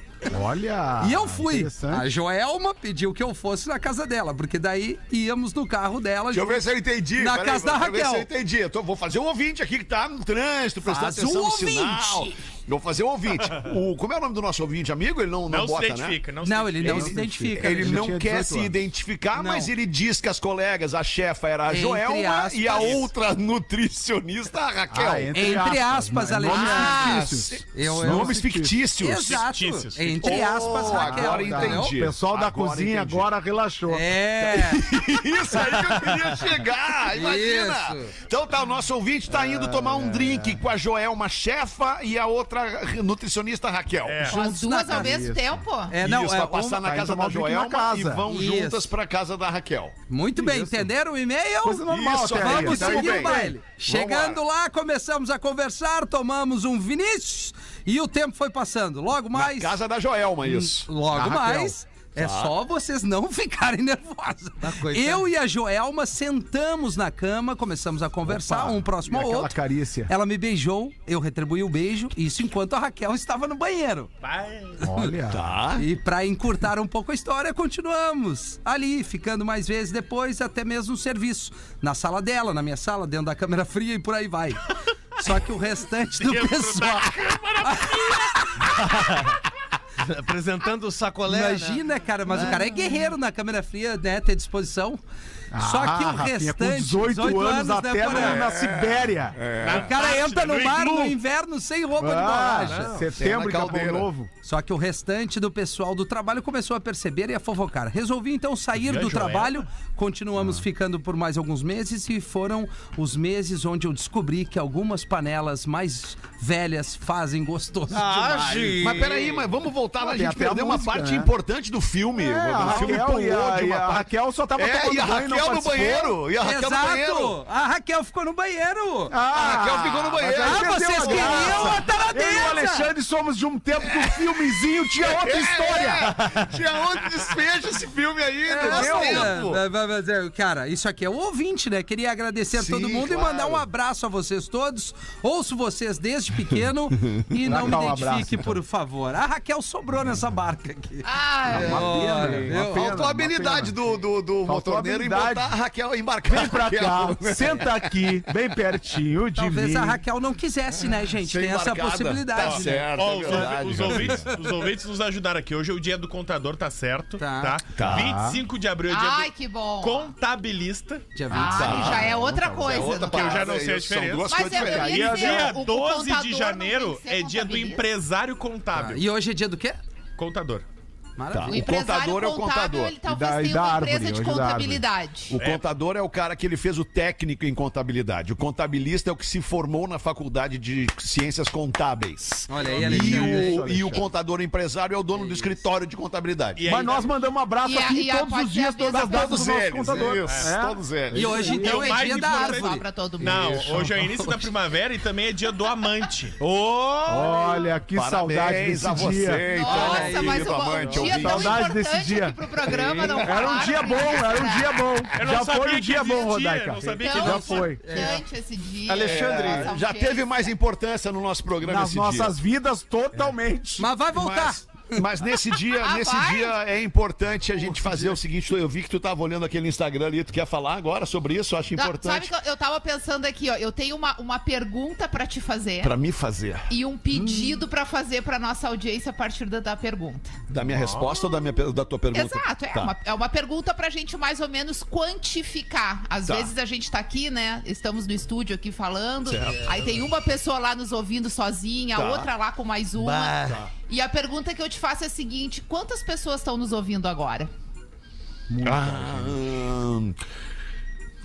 Olha. E eu fui. Ah, A Ah, Interessante. Joelma pediu que eu fosse na casa dela, porque daí íamos no carro dela. Deixa eu ver se eu entendi. Na Peraí, casa da deixa eu ver Raquel. se eu entendi. Eu tô- vou fazer um ouvinte aqui que tá no trânsito, prestando Faz atenção um no sinal. ouvinte. Vou fazer um ouvinte. O, como é o nome do nosso ouvinte, amigo? Ele não, não, Não, bota, se né? identifica, não se Não, ele não Ele- se identifica. né? Ele Ele não tinha quer 18 se anos. identificar, Não. mas ele diz que as colegas, a chefa era a Entre Joelma e a aspas. outra nutricionista, a Raquel. Ah, Entre aspas, né? Alexandre. Nomes Ah, fictícios. Eu- eu- Nomes fictícios. Exato. fictícios. Entre Oh, aspas, Raquel. agora entendeu? entendi. O pessoal da Agora cozinha entendi. agora relaxou. É. Isso aí que eu queria chegar, imagina. Isso. Ah. Então tá, o nosso ouvinte tá indo tomar um drink com a Joelma chefa e a outra nutricionista Raquel. É. Com as juntos na duas ao casa. mesmo tempo? É, não, Isso, é vai passar uma- na vai casa tomar da um drink na Joelma casa. e vão Isso. juntas pra casa da Raquel. Muito bem, Isso. entenderam o e-mail? Coisa normal Isso, até aí. Vamos até aí seguir bem. o baile. Chegando lá. começamos a conversar, tomamos um Vinícius e o tempo foi passando. Logo mais. Casa da Hum, Joelma, isso. Logo Da Raquel. mais. É só vocês não ficarem nervosos. coitada. Eu e a Joelma sentamos na cama, começamos a conversar, Opa, um e próximo ao aquela outro. carícia. Ela me beijou, eu retribuí o beijo, isso enquanto a Raquel estava no banheiro. Vai. Olha. Tá. E pra encurtar um pouco a história, continuamos. Ali, ficando mais vezes depois, até mesmo no serviço. Na sala dela, na minha sala, dentro da câmera fria e por aí vai. Só que o restante do Dentro da pessoal. Apresentando o sacolé. né? Imagina, cara, mas o cara é guerreiro na câmera fria, né? Ter disposição. Só que o Ah, Rafinha, restante. Com 18, anos, né, até Porã? na, na Sibéria. O cara entra no no mar no iglu. inverno sem roupa de né? Ah, borracha. setembro, Tem na Capão caldeira. Novo. Só que o restante do pessoal do trabalho começou a perceber e a fofocar. Resolvi então sair do Joelma? trabalho, Ah. continuamos ficando por mais alguns meses e foram os meses onde eu descobri que algumas panelas mais velhas fazem gostoso Ah, demais. gente. Mas peraí, mas vamos voltar lá, a Tem gente até a perdeu uma música, parte né? importante do filme. É, a o filme Raquel, e pulou a, de e uma a parte. Raquel só tava É, tomando e a banho e não Raquel no participou. banheiro. E a Raquel no banheiro. Exato! A Raquel ficou no banheiro! Ah, A Raquel ficou no banheiro. mas aí Ah, perdeu vocês a queriam graça. a taradeira. Eu e o Alexandre somos de um tempo que o filmezinho tinha outra história. É, tinha outro desfecho esse filme aí, É, do olha, tempo. vai- vai- vai dizer, Cara, isso aqui é o ouvinte, né? Queria agradecer Sim, a todo mundo claro. e mandar um abraço a vocês todos. Ouço vocês desde pequeno e não me Dá um identifique, abraço, então. por favor. A Raquel sobrou nessa barca aqui. né? Ah, Olha, viu? Faltou a habilidade do, do, do Faltou motorneiro em né? habilidade. botar a Raquel embarcar. Vem pra Raquel. cá, senta aqui, bem pertinho de Talvez mim. a Raquel não quisesse, né, gente? Sem Tem essa embarcada. possibilidade. Tá né? certo, Ó, é os, verdade. os ouvintes, os ouvintes nos ajudaram aqui. Hoje é o dia do contador, tá certo? Tá. Tá. 25 de abril é o dia Ai, tá. do que bom. contabilista. Dia 20. Ah, já é outra coisa. então, outra no parada eu já caso. não aí, sei a são diferença. duas Mas coisas eu ia diferentes. E é Quer dizer, dia o- o 12 contador de não janeiro tem que ser é dia do contabilista? empresário contábil. E hoje é dia do quê? Contador. Maravilha. O O empresário contador é o contábil, contador. ele E talvez da- e tenha da uma árvore, empresa de hoje da árvore. contabilidade. O contador é o cara que ele fez o técnico em contabilidade. O contabilista é o que se formou na faculdade de ciências contábeis. Olha aí, E Alexandre. o, e o contador empresário é o dono do escritório de contabilidade. E aí, Mas nós mandamos um abraço E a- aqui e a- tá todos pode os ser dias, a todas vida as datas do todos nosso eles, contador. isso, É. todos eles. E hoje, então, o é mais dia da importante- Só árvore. pra todo mundo. Não, hoje é o início da primavera e também é dia do amante. Ô! Olha, que Parabéns saudade a desse você, dia. então, Nossa, querido mas o, amante, o dia tão Saudade desse importante dia. aqui pro programa, não Era um falaram dia pra bom, gente era um lembrar. dia bom. Eu não Já sabia foi um que dia bom, existia, Rodaica. não sabia que Então, Já foi. importante esse dia. Alexandre, Essa Já audiência. teve mais importância no nosso programa Nas esse nossas vidas, totalmente. Mas vai voltar. Mas, mas nesse dia, Ah, nesse vai? dia é importante a gente fazer o seguinte, eu vi que tu tava olhando aquele Instagram ali, tu quer falar agora sobre isso? Eu acho Não, sabe importante. que eu- eu tava pensando aqui, ó. Eu tenho uma, uma pergunta pra te fazer Pra me fazer. e um pedido pra fazer pra nossa audiência a partir da, da pergunta. Da minha resposta ou da, minha, pe- da tua pergunta? Exato, é, Tá. uma, é uma pergunta pra gente mais ou menos quantificar. Às Tá. vezes a gente tá aqui, né? Estamos no estúdio aqui falando. Aí tem uma pessoa lá nos ouvindo sozinha, Tá. outra lá com mais uma. Bah. E a pergunta que eu te faço é a seguinte: quantas pessoas estão nos ouvindo agora? Ah, hum.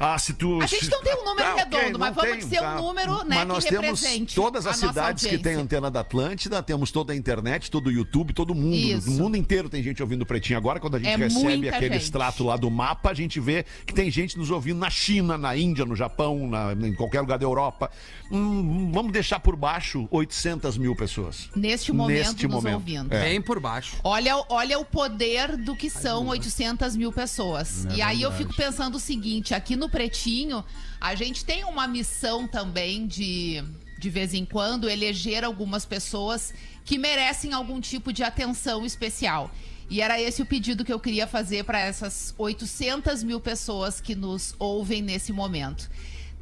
Ah, se tu. A gente se- não tem um número Tá, redondo, ok, mas não tá. vamos dizer um número, né, Mas nós que temos represente todas a as nossa cidades que têm audiência. antena da Atlântida, temos toda a internet, todo o YouTube, todo mundo. Isso. No mundo inteiro tem gente ouvindo o Pretinho. Agora, quando a gente É recebe muita aquele gente. extrato lá do mapa, a gente vê que tem gente nos ouvindo na China, na Índia, no Japão, na- em qualquer lugar da Europa. Hum, vamos deixar por baixo 800 mil pessoas. Neste momento Neste nos momento, ouvindo. é. Bem por baixo. Olha, o- olha o poder do que são 800 mil pessoas. e aí eu fico pensando o seguinte: aqui no Pretinho, a gente tem uma missão também de, de vez em quando, eleger algumas pessoas que merecem algum tipo de atenção especial. E era esse o pedido que eu queria fazer para essas 800 mil pessoas que nos ouvem nesse momento.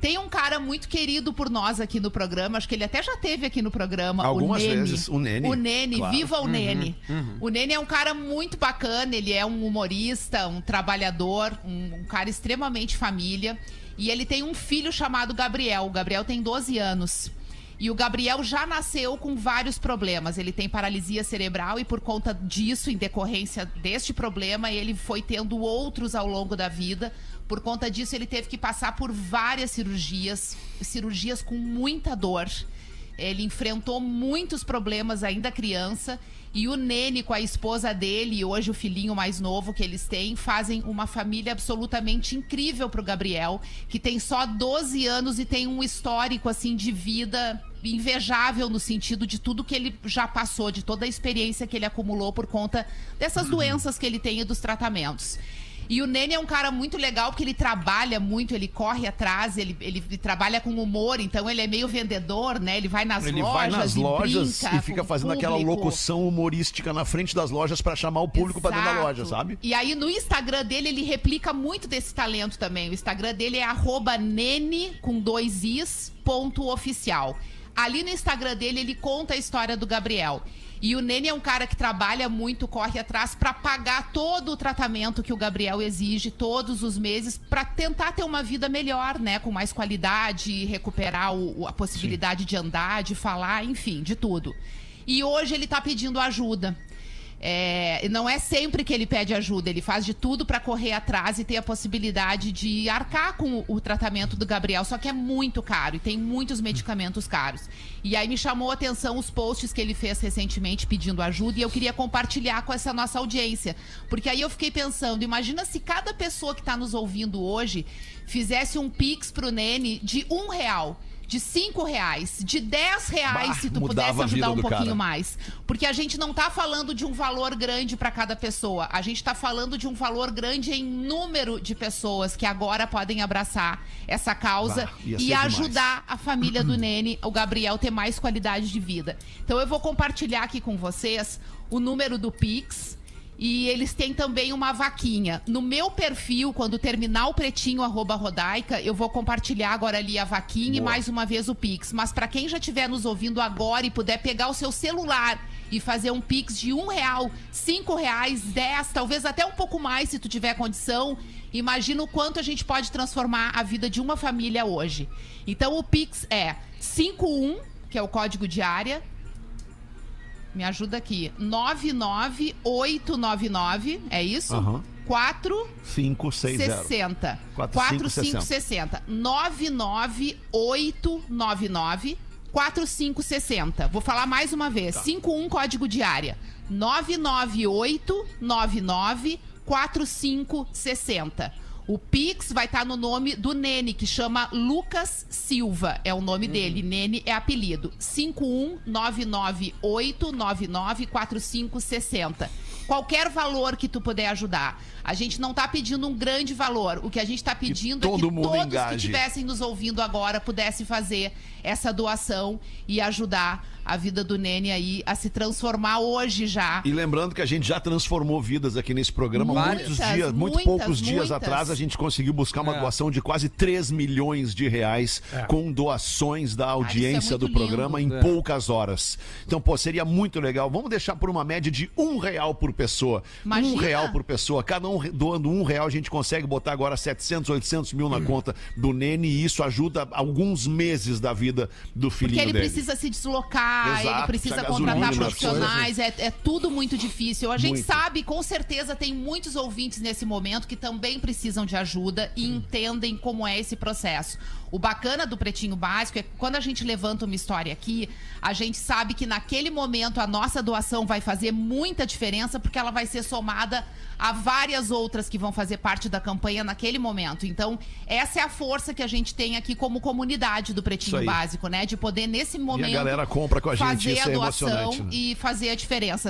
Tem um cara muito querido por nós aqui no programa, acho que ele até já teve aqui no programa. Algumas o Nene. vezes, o Nene. O Nene, Claro. Uhum, viva o Nene. O Nene é um cara muito bacana, ele é um humorista, um trabalhador, um, um cara extremamente família. E ele tem um filho chamado Gabriel. O Gabriel tem 12 anos. E o Gabriel já nasceu com vários problemas. Ele tem paralisia cerebral e, por conta disso, em decorrência deste problema, ele foi tendo outros ao longo da vida. Por conta disso, ele teve que passar por várias cirurgias cirurgias com muita dor. Ele enfrentou muitos problemas ainda criança. E o Nene com a esposa dele e hoje o filhinho mais novo que eles têm fazem uma família absolutamente incrível pro Gabriel, que tem só 12 anos e tem um histórico assim de vida invejável no sentido de tudo que ele já passou, de toda a experiência que ele acumulou por conta dessas doenças que ele tem e dos tratamentos. E o Nene é um cara muito legal porque ele trabalha muito, ele corre atrás, ele, ele trabalha com humor, então ele é meio vendedor, né? Ele vai nas Ele lojas, vai nas e lojas brinca e fica com o fazendo aquela público. locução humorística na frente das lojas pra chamar o público pra dentro da Exato. loja, sabe? E aí no Instagram dele ele replica muito desse talento também. O Instagram dele é arroba nene com dois is ponto oficial. Ali no Instagram dele ele conta a história do Gabriel. E o Nene é um cara que trabalha muito, corre atrás pra pagar todo o tratamento que o Gabriel exige todos os meses pra tentar ter uma vida melhor, né, com mais qualidade, recuperar o- o- a possibilidade de andar, de falar, enfim, de tudo. E hoje ele tá pedindo ajuda. É, e não é sempre que ele pede ajuda, ele faz de tudo pra correr atrás e ter a possibilidade de arcar com o, o tratamento do Gabriel, só que é muito caro e tem muitos medicamentos caros. E aí me chamou a atenção os posts que ele fez recentemente pedindo ajuda e eu queria compartilhar com essa nossa audiência, porque aí eu fiquei pensando, imagina se cada pessoa que tá nos ouvindo hoje fizesse um pix pro Nene de um real. De cinco reais, de dez reais, Bah, se tu mudava pudesse a vida ajudar um do pouquinho cara. mais mais. Porque a gente não tá falando de um valor grande para cada pessoa. A gente tá falando de um valor grande em número de pessoas que agora podem abraçar essa causa Bah, ia ser e demais. ajudar a família do Nene, o Gabriel, ter mais qualidade de vida. Então eu vou compartilhar aqui com vocês o número do Pix. E eles têm também uma vaquinha. No meu perfil, quando terminar o pretinho arroba rodaica, eu vou compartilhar agora ali a vaquinha e mais uma vez o Pix. Mas para quem já estiver nos ouvindo agora e puder pegar o seu celular e fazer um Pix de um real, cinco reais, dez, talvez até um pouco mais se tu tiver condição, imagina o quanto a gente pode transformar a vida de uma família hoje. Então o Pix é 51, que é o código de área, me ajuda aqui. 99899, é isso? Aham. 460. 560. 4560. 99899 4560. Vou falar mais uma vez. 51 código de área. 99899 4560. O Pix vai estar no nome do Nene, que chama Lucas Silva. É o nome dele. Nene é um apelido. 51998994560. Qualquer valor que tu puder ajudar. A gente não tá pedindo um grande valor. O que a gente tá pedindo é que todo mundo todos que engaje. estivessem nos ouvindo agora pudessem fazer essa doação e ajudar a vida do Nene aí a se transformar hoje já. E lembrando que a gente já transformou vidas aqui nesse programa. Várias. muitos dias, muito Muitas, poucos dias muitas. atrás, a gente conseguiu buscar uma É. doação de quase 3 milhões de reais com doações da audiência do Ah, é muito programa lindo. em É. poucas horas. Então, pô, seria muito legal. Vamos deixar por uma média de um real por pessoa. Um Imagina. real por pessoa. Cada um re- doando um real, a gente consegue botar agora 700, 800 mil Hum. na conta do Nene e isso ajuda alguns meses da vida do filhinho Porque ele dele. precisa se deslocar, Exato, ele precisa precisa gasolina, né? contratar essas profissionais, é, é tudo muito difícil. A gente Muito. sabe, com certeza, tem muitos ouvintes nesse momento que também precisam de ajuda Hum. e entendem como é esse processo. O bacana do Pretinho Básico é que quando a gente levanta uma história aqui, a gente sabe que naquele momento a nossa doação vai fazer muita diferença, porque ela vai ser somada a várias outras que vão fazer parte da campanha naquele momento. Então, essa é a força que a gente tem aqui como comunidade do Pretinho aí. Básico, né? De poder, nesse momento, E a galera compra com a gente, fazer isso a é doação emocionante. né? e fazer a diferença.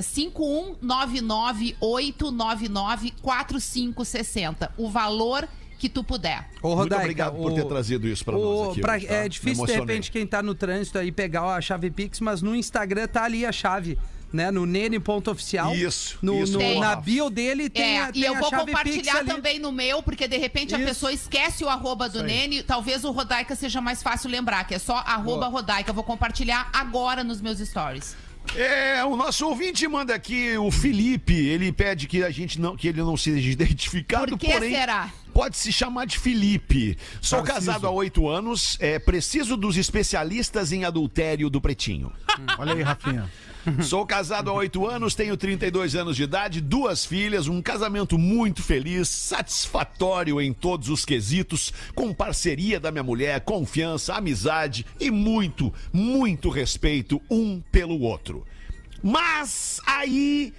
51998994560. O valor que tu puder. Ô, Muito Rodaica, obrigado por ter trazido isso pra nós aqui pra- hoje, tá? É Me difícil, de emocionei. repente, quem tá no trânsito aí pegar a chave Pix, mas no Instagram tá ali a chave. Né, no nene.oficial. Isso, No, isso, no- boa, na Rafa. bio dele tem, É, a, e tem eu a vou chave Pix compartilhar ali. também no meu, porque de repente a Isso. pessoa esquece o arroba do Nene. Talvez o Rodaica seja mais fácil lembrar, que é só arroba Rodaica. Eu vou compartilhar agora nos meus stories. É, o nosso ouvinte manda aqui, o Felipe, ele pede que a gente não, que ele não seja identificado, Por que porém. será? Pode se chamar de Felipe. Sou casado há oito anos, é, preciso dos especialistas em adultério do Pretinho. É. Olha aí, Rafinha. Sou casado há oito anos, tenho 32 anos de idade, duas filhas, um casamento muito feliz, satisfatório em todos os quesitos, com parceria da minha mulher, confiança, amizade e muito, muito respeito um pelo outro. Mas aí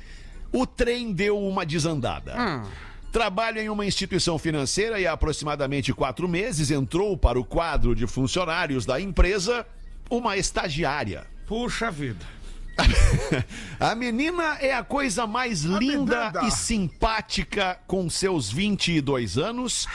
o trem deu uma desandada. Trabalho em uma instituição financeira e há aproximadamente quatro meses entrou para o quadro de funcionários da empresa uma estagiária. Puxa vida. A menina é a coisa mais linda menina. e simpática com seus 22 anos.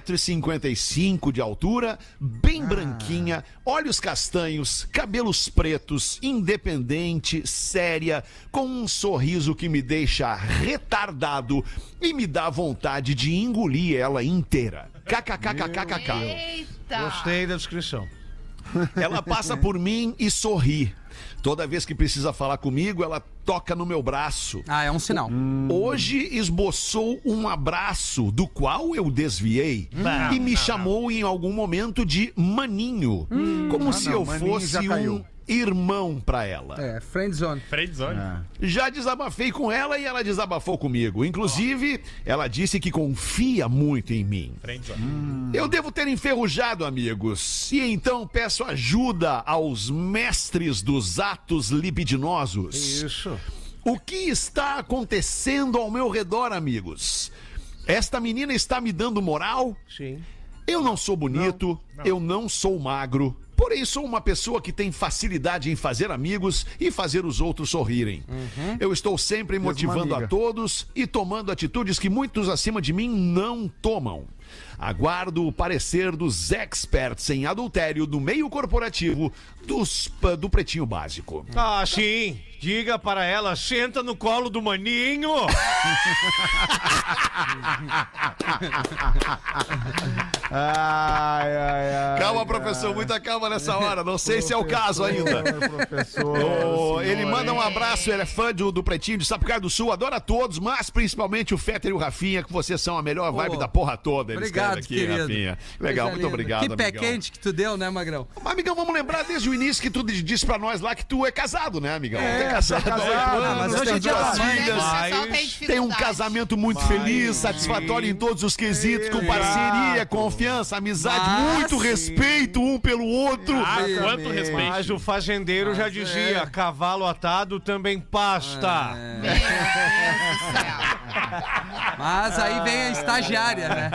1,55m de altura, bem branquinha, olhos castanhos, cabelos pretos, independente, séria, com um sorriso que me deixa retardado e me dá vontade de engolir ela inteira. KKKKKK. Eita! Gostei da descrição. Ela passa por mim e sorri. Toda vez que precisa falar comigo, ela toca no meu braço. Ah, é um sinal. Hum. Hoje esboçou um abraço do qual eu desviei e me chamou em algum momento de maninho, como se Hum. não, eu maninho já fosse um caiu. irmão pra ela. É, friend zone. Fredzone. Já desabafei com ela e ela desabafou comigo. Inclusive, ela disse que confia muito em mim. Fredzone. Eu devo ter enferrujado, amigos. E então peço ajuda aos mestres dos atos libidinosos. Isso. O que está acontecendo ao meu redor, amigos? Esta menina está me dando moral? Sim. Eu não sou bonito, eu não sou magro. Porém, sou uma pessoa que tem facilidade em fazer amigos e fazer os outros sorrirem. Eu estou sempre motivando a Uhum. amiga. todos e tomando atitudes que muitos acima de mim não tomam. Aguardo o parecer dos experts em adultério do meio corporativo dos, do Pretinho Básico. Ah, sim. Diga para ela, senta no colo do maninho. Ai, ai, ai. Calma, professor, muita calma nessa hora. Não sei se é o caso ainda. Professor, Ô, ele senhor, manda um hein? abraço, ele é fã do, do Pretinho de Sapucaia do Sul, adora todos, mas principalmente o Fetter e o Rafinha, que vocês são a melhor vibe da porra toda. Eles Obrigado, querem aqui, querido. Rafinha. Legal, Coisa muito linda. obrigado, Que pé amigão. quente que tu deu, né, Magrão? Mas, amigão, vamos lembrar desde o início que tu disse pra nós lá que tu é casado, né, amigão? É, é casado, há oito casado, anos, mas hoje tem é dia duas das mães, filhas. Né, que o pessoal mas Tem um dificuldade. casamento muito feliz, satisfatório em todos os quesitos, com parceria, confiança, amizade, Mas- muito respeito um pelo outro. Ah, É. quanto respeito. Mas o fazendeiro já É. dizia, cavalo atado também pasta. Meu Deus do céu. Mas aí vem a estagiária, né?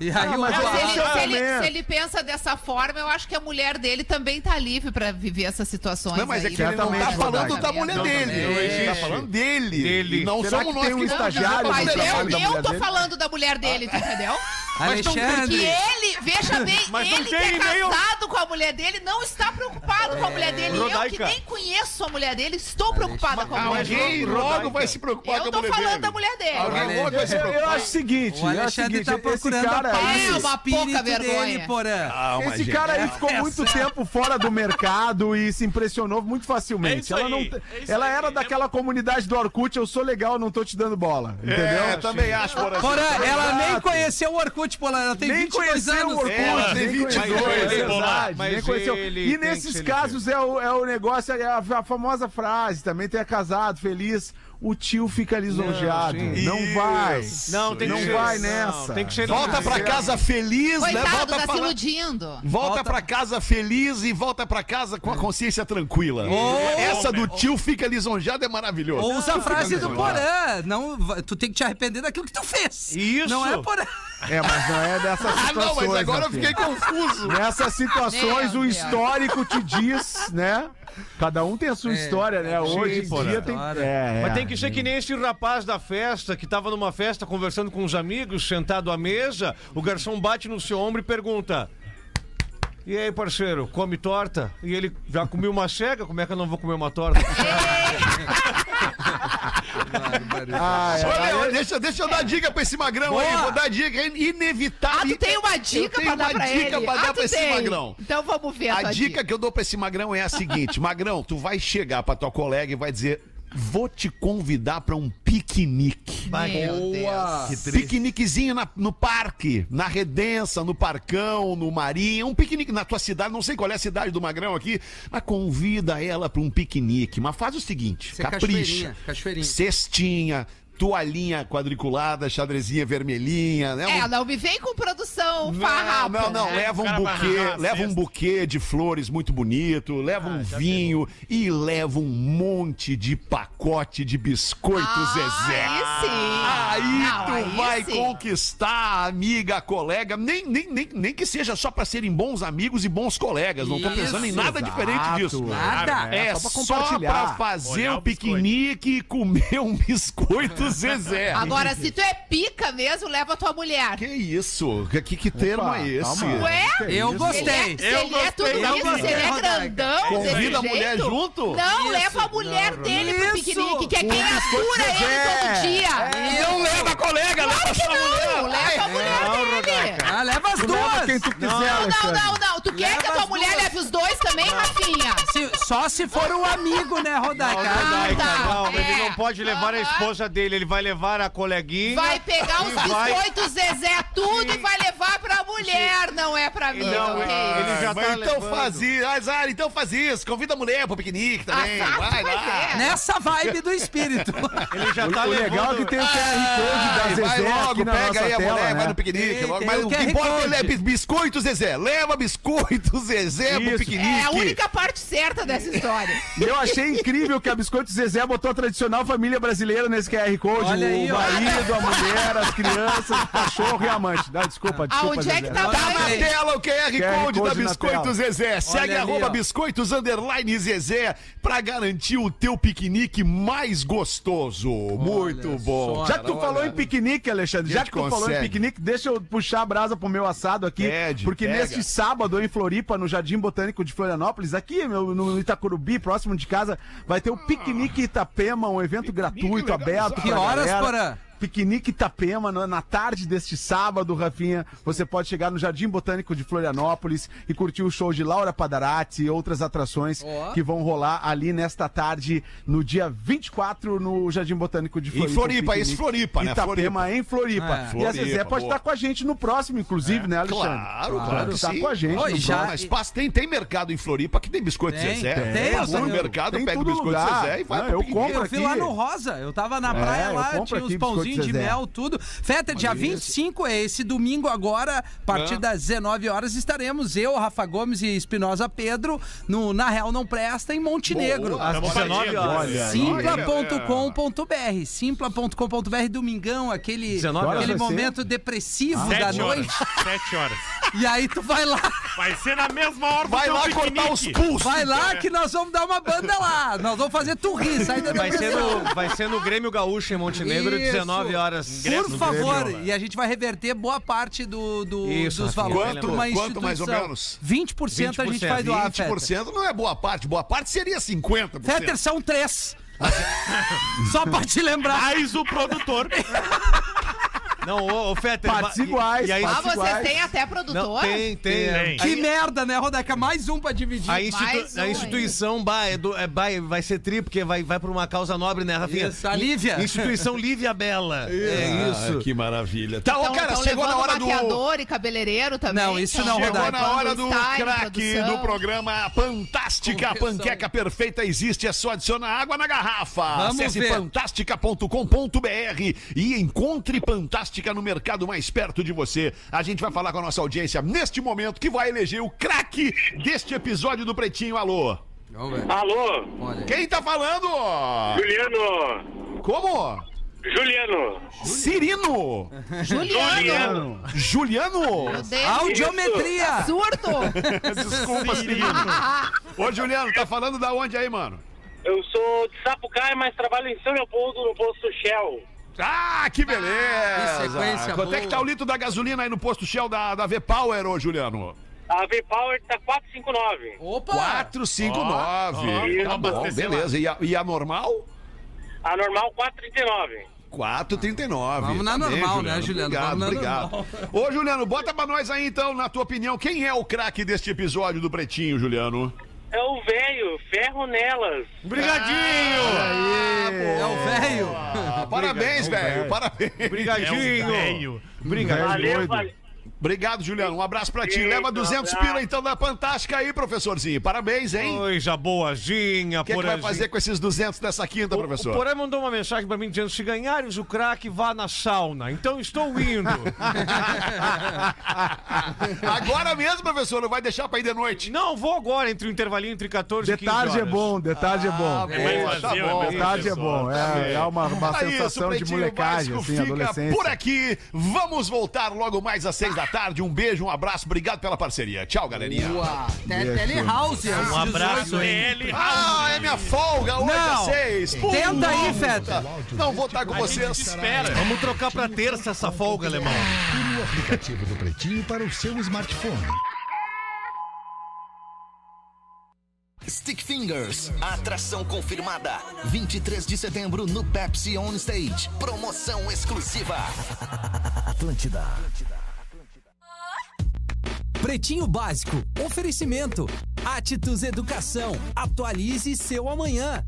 E aí o Não, se, ele, Eduardo... se ele- se ele pensa dessa forma, eu acho que a mulher dele também tá livre pra viver essas situações. Não, mas é aí, que ele não né? tá Exatamente, falando verdade. da mulher Não, dele. também. Ele tá falando dele. Dele. E não Será somos que nós tem um que estamos dizendo estagiário pra Mas no tá mulher trabalho dele. Ah, é. da eu, eu mulher tô dele? falando da mulher dele, tu entendeu? Que Alexandre. ele, veja bem, Mas não ele que tem é e-mail. casado com a mulher dele não está preocupado com a mulher dele. Eu que Rodaica. nem conheço a mulher dele, estou preocupada com a mulher dele. Alguém logo vai se preocupar com Eu a tô mulher falando dele. da mulher dele. Alguém logo vai se Eu, eu preocupar. acho o seguinte, O eu acho o Alexandre seguinte, tá esse procurando cara a aí, É paz uma pouca espírito dele, vergonha. Porã. Calma, Esse gente. cara aí ficou É Essa- muito tempo fora do mercado e se impressionou muito É facilmente. isso ela não, aí, é isso ela aí. era É- daquela comunidade do Orkut, eu sou legal, não tô te dando bola. Entendeu? É, também acho, Porã. Porã, ela nem conheceu o Orkut, Porã. Ela tem Tá Nem 22 conheceu o anos. É. Orkut, Ela tem nem 22, conheceu, ele- verdade, mas nem conheceu. ele E tem que nesses ser casos é o, é o negócio, é a, a famosa frase também, tem casado, feliz, o tio fica lisonjeado. Não, Não, sim. vai. Não, tem Não que ser- vai nessa. Tem que ser Volta pra casa feliz, né? Coitado, Volta tá se pra lá- iludindo. Volta Volta- pra casa feliz e volta pra casa É. com a consciência tranquila. Essa do tio fica lisonjado é maravilhoso. Ou usa a frase do Não. Porã. Não, va- tu tem que te arrepender daquilo que tu fez. Isso. Não é Porã. É, mas não é dessas Ah, situações. não, mas agora eu Rafinha. fiquei confuso. Nessas situações, Meu o Deus. histórico te diz, né? Cada um tem a sua história, né? Hoje em porra. dia tem. Claro. É, Mas é. tem que ser que nem esse rapaz da festa que tava numa festa conversando com os amigos, sentado à mesa, o garçom bate no seu ombro e pergunta: E aí, parceiro, come torta? E ele já comeu uma cega, como é que eu não vou comer uma torta? Ah, é. Olha, olha, deixa, deixa eu dar dica pra esse magrão Boa. aí. Vou dar dica é Ah, inevitável. tu tem uma dica eu tenho pra dar uma pra dica ele. pra dar ah, tu pra esse tem. magrão. Então vamos ver a, A tua dica que eu dou pra esse magrão é a seguinte: Magrão, tu vai chegar pra tua colega e vai dizer: Vou te convidar pra um piquenique. Meu Deus. Piqueniquezinho na- no parque, na Redença, no Parcão, no Marinha, um piquenique na tua cidade, não sei qual é a cidade do Magrão aqui, mas convida ela pra um piquenique. Mas faz o seguinte, Isso é capricha. cachoeirinha, cachoeirinha. Cestinha, toalhinha quadriculada, xadrezinha vermelhinha, né? Um- É, não me vem com produção não, farrapa. não, não. né? Leva O um cara vai arranjar buquê, uma leva um cesta. buquê de flores muito bonito, leva um vinho e leva um monte de pacote de biscoito, Ah, Zezé. aí sim. Aí Não, tu aí vai sim. conquistar a amiga, a colega, nem, nem, nem, nem que seja só pra serem bons amigos e bons colegas. Não tô pensando em Isso, nada diferente disso. Nada. É só pra só compartilhar. pra fazer Olhar um o biscoito. piquenique e comer um biscoito, Zezé. Agora, se tu é pica mesmo, leva a tua mulher. Que isso? Que, que termo Opa, é esse? calma. Ué? Eu Ele é, gostei. se ele é tudo gostei, eu isso, se gostei. ele é grandão, Convida desse a mulher jeito, junto? Não, Isso. leva a mulher dele pro Isso. piquenique, que é quem atura ele todo dia. Não leva a colega, É. né, leva Que só a mulher. não, leva a mulher dele. Ah, Ah, leva as Leva quem duas. tu quiser, Não, não, Alexandre. não, não. Tu quer Leva que a tua as mulher duas. leve os dois também, Rafinha? Se- só se for um amigo, né, Rodaica? Ah, Rodaica. tá. Ai, cara, não, é. ele não pode levar a Aham. esposa dele, ele vai levar a coleguinha. Vai pegar os vai- biscoitos, Zezé, tudo e vai levar pra mulher, não Ah, é pra mim. Não, ok? ele já Mas tá então levando. faz isso, azar, então faz isso. Convida a mulher pro piquenique também. é. Ah, vai pois lá. é. Nessa vibe do espírito. Ele já tá O levando. legal é que tem o QR Ai, Code da Ah, vai Zezé aqui logo, na pega nossa aí a tela, mulher, né? vai no piquenique. Tem- logo. tem Mas o o que QR importa Code. é bis- biscoito, Zezé. Leva biscoito, Zezé, pro Isso. piquenique. É a única parte certa dessa história. E eu achei incrível que a Biscoito Zezé botou a tradicional família brasileira nesse QR Code. Olha aí, o ó. marido, a mulher, as crianças, o cachorro e a amante. Dá desculpa, desculpa. Aonde é que Zezé. tá Tá na Vai. tela o QR, Code da Code na Biscoito tela. Zezé. Segue ali, arroba ó. Biscoitos Underline Zezé pra garantir o teu piquenique mais gostoso. Muito bom. só, Já que tu falou em piquenique, Alexandre, já Gente, que tu falou em consegue. piquenique, deixa eu puxar a brasa pro meu assado aqui. Pede, porque pega. neste sábado, em Floripa, no Jardim Botânico de Florianópolis, aqui meu, no Itacurubi, próximo de casa, vai ter o Piquenique Itapema, um evento gratuito, aberto. Que pra horas, galera. Porã? Piquenique Itapema, na- na tarde deste sábado, Rafinha, você pode chegar no Jardim Botânico de Florianópolis e curtir o show de Laura Padarati e outras atrações Ó. que vão rolar ali nesta tarde, no dia 24, no Jardim Botânico de Em Floripa. Floripa, piquenique. esse Floripa, né? Itapema em Floripa. É. E a Zezé Floripa, pode boa. estar com a gente no próximo, inclusive, né, Alexandre? Claro, claro. Claro, que tá sim. com a gente. Oi, no já- próximo. Mas passa- tem, tem mercado em Floripa que tem biscoito Tem, Zezé. tem, passa tem, no eu- mercado, tem pega o todo biscoito lugar. Zezé e vai Não, pro eu piquenique. compro Eu vi lá aqui. É, no Rosa. Eu tava na praia eu lá, compro tinha aqui uns biscoito Luzinho de Zezé. mel, tudo. Feta, dia 25, é esse domingo agora, a partir das 19 horas, estaremos eu, Rafa Gomes e Espinosa Pedro, no Na Real Não Presta, em Montenegro. Às 19 horas. Simpla.com.br, simpla.com.br, domingão, aquele, 19 horas Ah, aquele vai ser? momento depressivo da Sete horas. noite. Sete horas. E aí tu vai lá, Vai ser na mesma hora do Vai teu lá Então, piquenique. cortar os pulsos. vai lá que nós vamos dar uma banda lá. Nós vamos fazer tu rir, sai da Vai ser, depressão. no, vai ser no Grêmio Gaúcho em Montenegro, Isso. 19 horas. Por favor, e a gente vai reverter boa parte do, do- Isso, assim, dos é Rafinha, valores bem pra lembrado. Quanto mais ou instituição. menos? 20%, a gente vai doar, Fetter. 20% não é boa parte. Boa parte seria 50%. Fetter são três. Só pra te lembrar. Mais o produtor. é um Não, ô, ô Fetter. Partes ma- e- iguais, E aí, Ah, partes vocês iguais. têm até não, produtor? tem, tem. Tem. Que merda, né, Rodeca? Mais um pra dividir. A, institu- Mais um a instituição bah, é do- é, bah, vai ser tri, porque vai, vai pra uma causa nobre, né, Rafinha? Isso, a Lívia. Instituição Lívia Bela. É isso. que maravilha. Tá, ó, Então, cara, tão chegou na levando hora do. maquiador e cabeleireiro também. Não, isso Tão não, levando Chegou Rodaica. na hora do style, craque produção. do programa Fantástica. A Confessão. panqueca perfeita existe, é só adicionar água na garrafa. Vamos Acesse ver. fantástica.com.br e encontre Fantástica no mercado mais perto de você. A gente vai falar com a nossa audiência neste momento que vai eleger o craque deste episódio do Pretinho. Alô? Vamos ver. Alô, Olha aí. Quem tá falando? Juliano! Como? Juliano! Cirino? Juliano, Juliano? meu Deus. Audiometria. Surto! Desculpa, Cirino. Ô, Juliano, tá falando da onde aí, mano? Eu sou de Sapucaia, mas trabalho em São Leopoldo, no posto Shell. Ah, que beleza! Ah, que sequência Quanto é boa. que tá o litro da gasolina aí no posto Shell da, da V-Power, ô Juliano? A V-Power tá 459. Opa! 459. ó, tá bom, abastecer beleza. E a, e a normal? A normal 439. 439. Vamos na Tá normal, né, Juliano? Obrigado, Vamos na obrigado. normal. Ô, Juliano, bota pra nós aí então, na tua opinião, quem é o craque deste episódio do Pretinho, Juliano? É o velho, ferro nelas. Brigadinho! É o velho. Ah, parabéns, velho. Parabéns. Brigadinho! É um velho. É Obrigado. Valeu, valeu. Obrigado, Juliano. Um abraço pra ti. Sim, Leva um 200 abraço. pila então da Fantástica aí, professorzinho. Parabéns, hein? O Coisa boazinha, que, é que vai fazer com esses 200 dessa quinta, O professor? Porã mandou uma mensagem pra mim dizendo: se ganhares o craque, vá na sauna. Então estou indo. Agora mesmo, professor, não vai deixar pra ir de noite. Não, vou agora entre o intervalinho entre 14 e De 15 tarde é horas. bom, de Ah, tarde é bom. É mais Pô, tá bom. De tarde é bom, é, é uma, uma É isso, sensação de Pretinho molecagem, Básico assim, fica adolescência. por aqui. Vamos voltar logo mais às seis da tarde. Um beijo, um abraço. Obrigado pela parceria. Tchau, galerinha. Boa. Te- Telehouse. às Um abraço, 18. ele. Ah, é minha folga hoje Não. às seis. Puta, Tenta aí, Feta. Não vou estar com vocês. Espera. Vamos trocar pra terça essa folga, alemão. E no aplicativo do Pretinho para o seu smartphone. Stick Fingers, atração confirmada. 23 de setembro no Pepsi On Stage. Promoção exclusiva. Atlântida. Pretinho Básico, oferecimento. Atitudes Educação, atualize seu amanhã.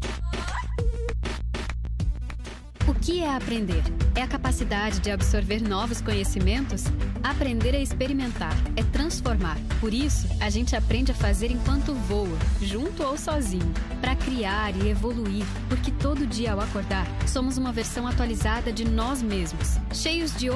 O que é aprender? É a capacidade de absorver novos conhecimentos? Aprender é experimentar, é transformar. Por isso, a gente aprende a fazer enquanto voa, junto ou sozinho, para criar e evoluir, porque todo dia ao acordar, somos uma versão atualizada de nós mesmos, cheios de